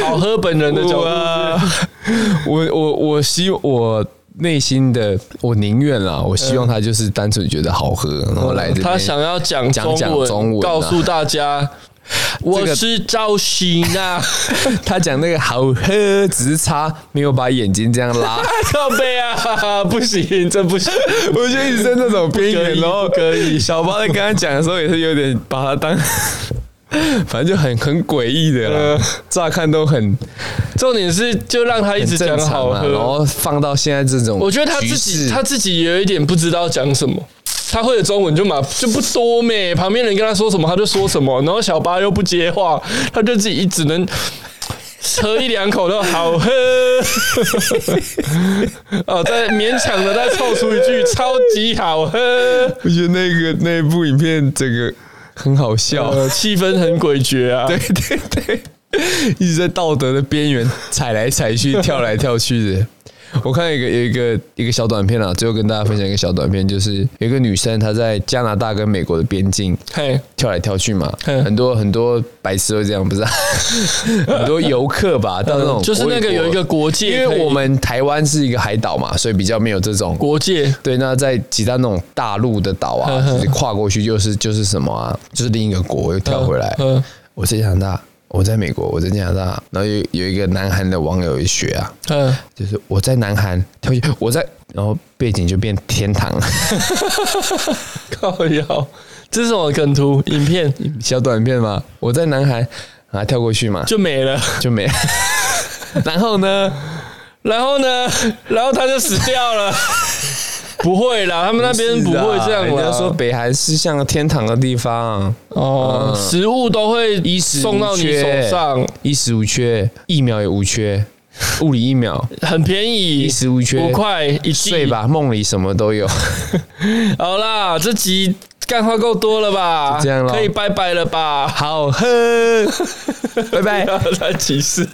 Speaker 1: 好喝本人的角度是，
Speaker 2: 我我我希我内心的我宁愿啦，我希望他就是单纯觉得好喝，然后来这边
Speaker 1: 他想要讲中
Speaker 2: 讲讲
Speaker 1: 文，
Speaker 2: 中文啊
Speaker 1: 告诉大家。我
Speaker 2: 个
Speaker 1: 是赵鑫 啊，
Speaker 2: 他讲那个好喝，只是差没有把眼睛这样拉，
Speaker 1: 靠背啊，不行，这不 行，
Speaker 2: 我就一直在那种边
Speaker 1: 可
Speaker 2: 缘，
Speaker 1: 以
Speaker 2: 然后
Speaker 1: 不可以，
Speaker 2: 小巴在跟他讲的时候也是有点把他当， 反正就很很诡异的啦，
Speaker 1: 呃
Speaker 2: 乍看都很
Speaker 1: 重点是就让他一直
Speaker 2: 很
Speaker 1: 讲
Speaker 2: 正常
Speaker 1: 好
Speaker 2: 啊，然
Speaker 1: 喝。
Speaker 2: 后放到现在这种，
Speaker 1: 我觉得他自己他自己也有一点不知道讲什么，他会的中文就嘛就不多咩，旁边人跟他说什么他就说什么，然后小八又不接话，他就自己只能喝一两口都好喝， 哦，再勉强的再凑出一句超级好喝，
Speaker 2: 我觉得那个那部影片整个很好笑，
Speaker 1: 呃， 气氛很诡谲啊，
Speaker 2: 对对对，一直在道德的边缘踩来踩去、跳来跳去的。我看有一个有一个一个小短片啊，最后跟大家分享一个小短片，就是有一个女生她在加拿大跟美国的边境
Speaker 1: 嘿，
Speaker 2: 跳来跳去嘛，
Speaker 1: 嗯
Speaker 2: 很多很多白痴会这样，不 是啊、很多游客吧，到那种
Speaker 1: 嗯就是那个
Speaker 2: 国与国
Speaker 1: 有一个，国界
Speaker 2: 因
Speaker 1: 可以，
Speaker 2: 为我们台湾是一个海岛嘛，所以比较没有这种
Speaker 1: 国界
Speaker 2: 对，那在其他那种大陆的岛啊，
Speaker 1: 嗯
Speaker 2: 就是跨过去就是就是什么啊，就是另一个国又跳回来。
Speaker 1: 嗯嗯
Speaker 2: 我在加拿大，我在美国，我在加拿大，然后有有一个南韩的网友也学啊，
Speaker 1: 嗯，
Speaker 2: 就是我在南韩跳去，我在，然后背景就变天堂
Speaker 1: 靠腰，这是什么梗图？影片
Speaker 2: 小短片嘛，我在南韩啊跳过去嘛，就
Speaker 1: 就没了。
Speaker 2: 就 没了。然后呢，
Speaker 1: 然后呢，然后他就死掉 了。不会啦，他们那边不会这样
Speaker 2: 啊人家
Speaker 1: 啦。
Speaker 2: 说北韩是像天堂的地方，
Speaker 1: 哦，
Speaker 2: 嗯
Speaker 1: 食物都会
Speaker 2: 衣食无
Speaker 1: 送到你手
Speaker 2: 缺
Speaker 1: 上，
Speaker 2: 衣食无缺，疫苗也无缺，物理疫苗。
Speaker 1: 很便宜，
Speaker 2: 衣食无缺
Speaker 1: 五块一剂
Speaker 2: 睡。吧，梦里什么都有。
Speaker 1: 好啦，这集干话够多了吧？
Speaker 2: 就这样咯
Speaker 1: 可以拜拜了吧？
Speaker 2: 好喝，拜拜
Speaker 1: 不。要再歧视。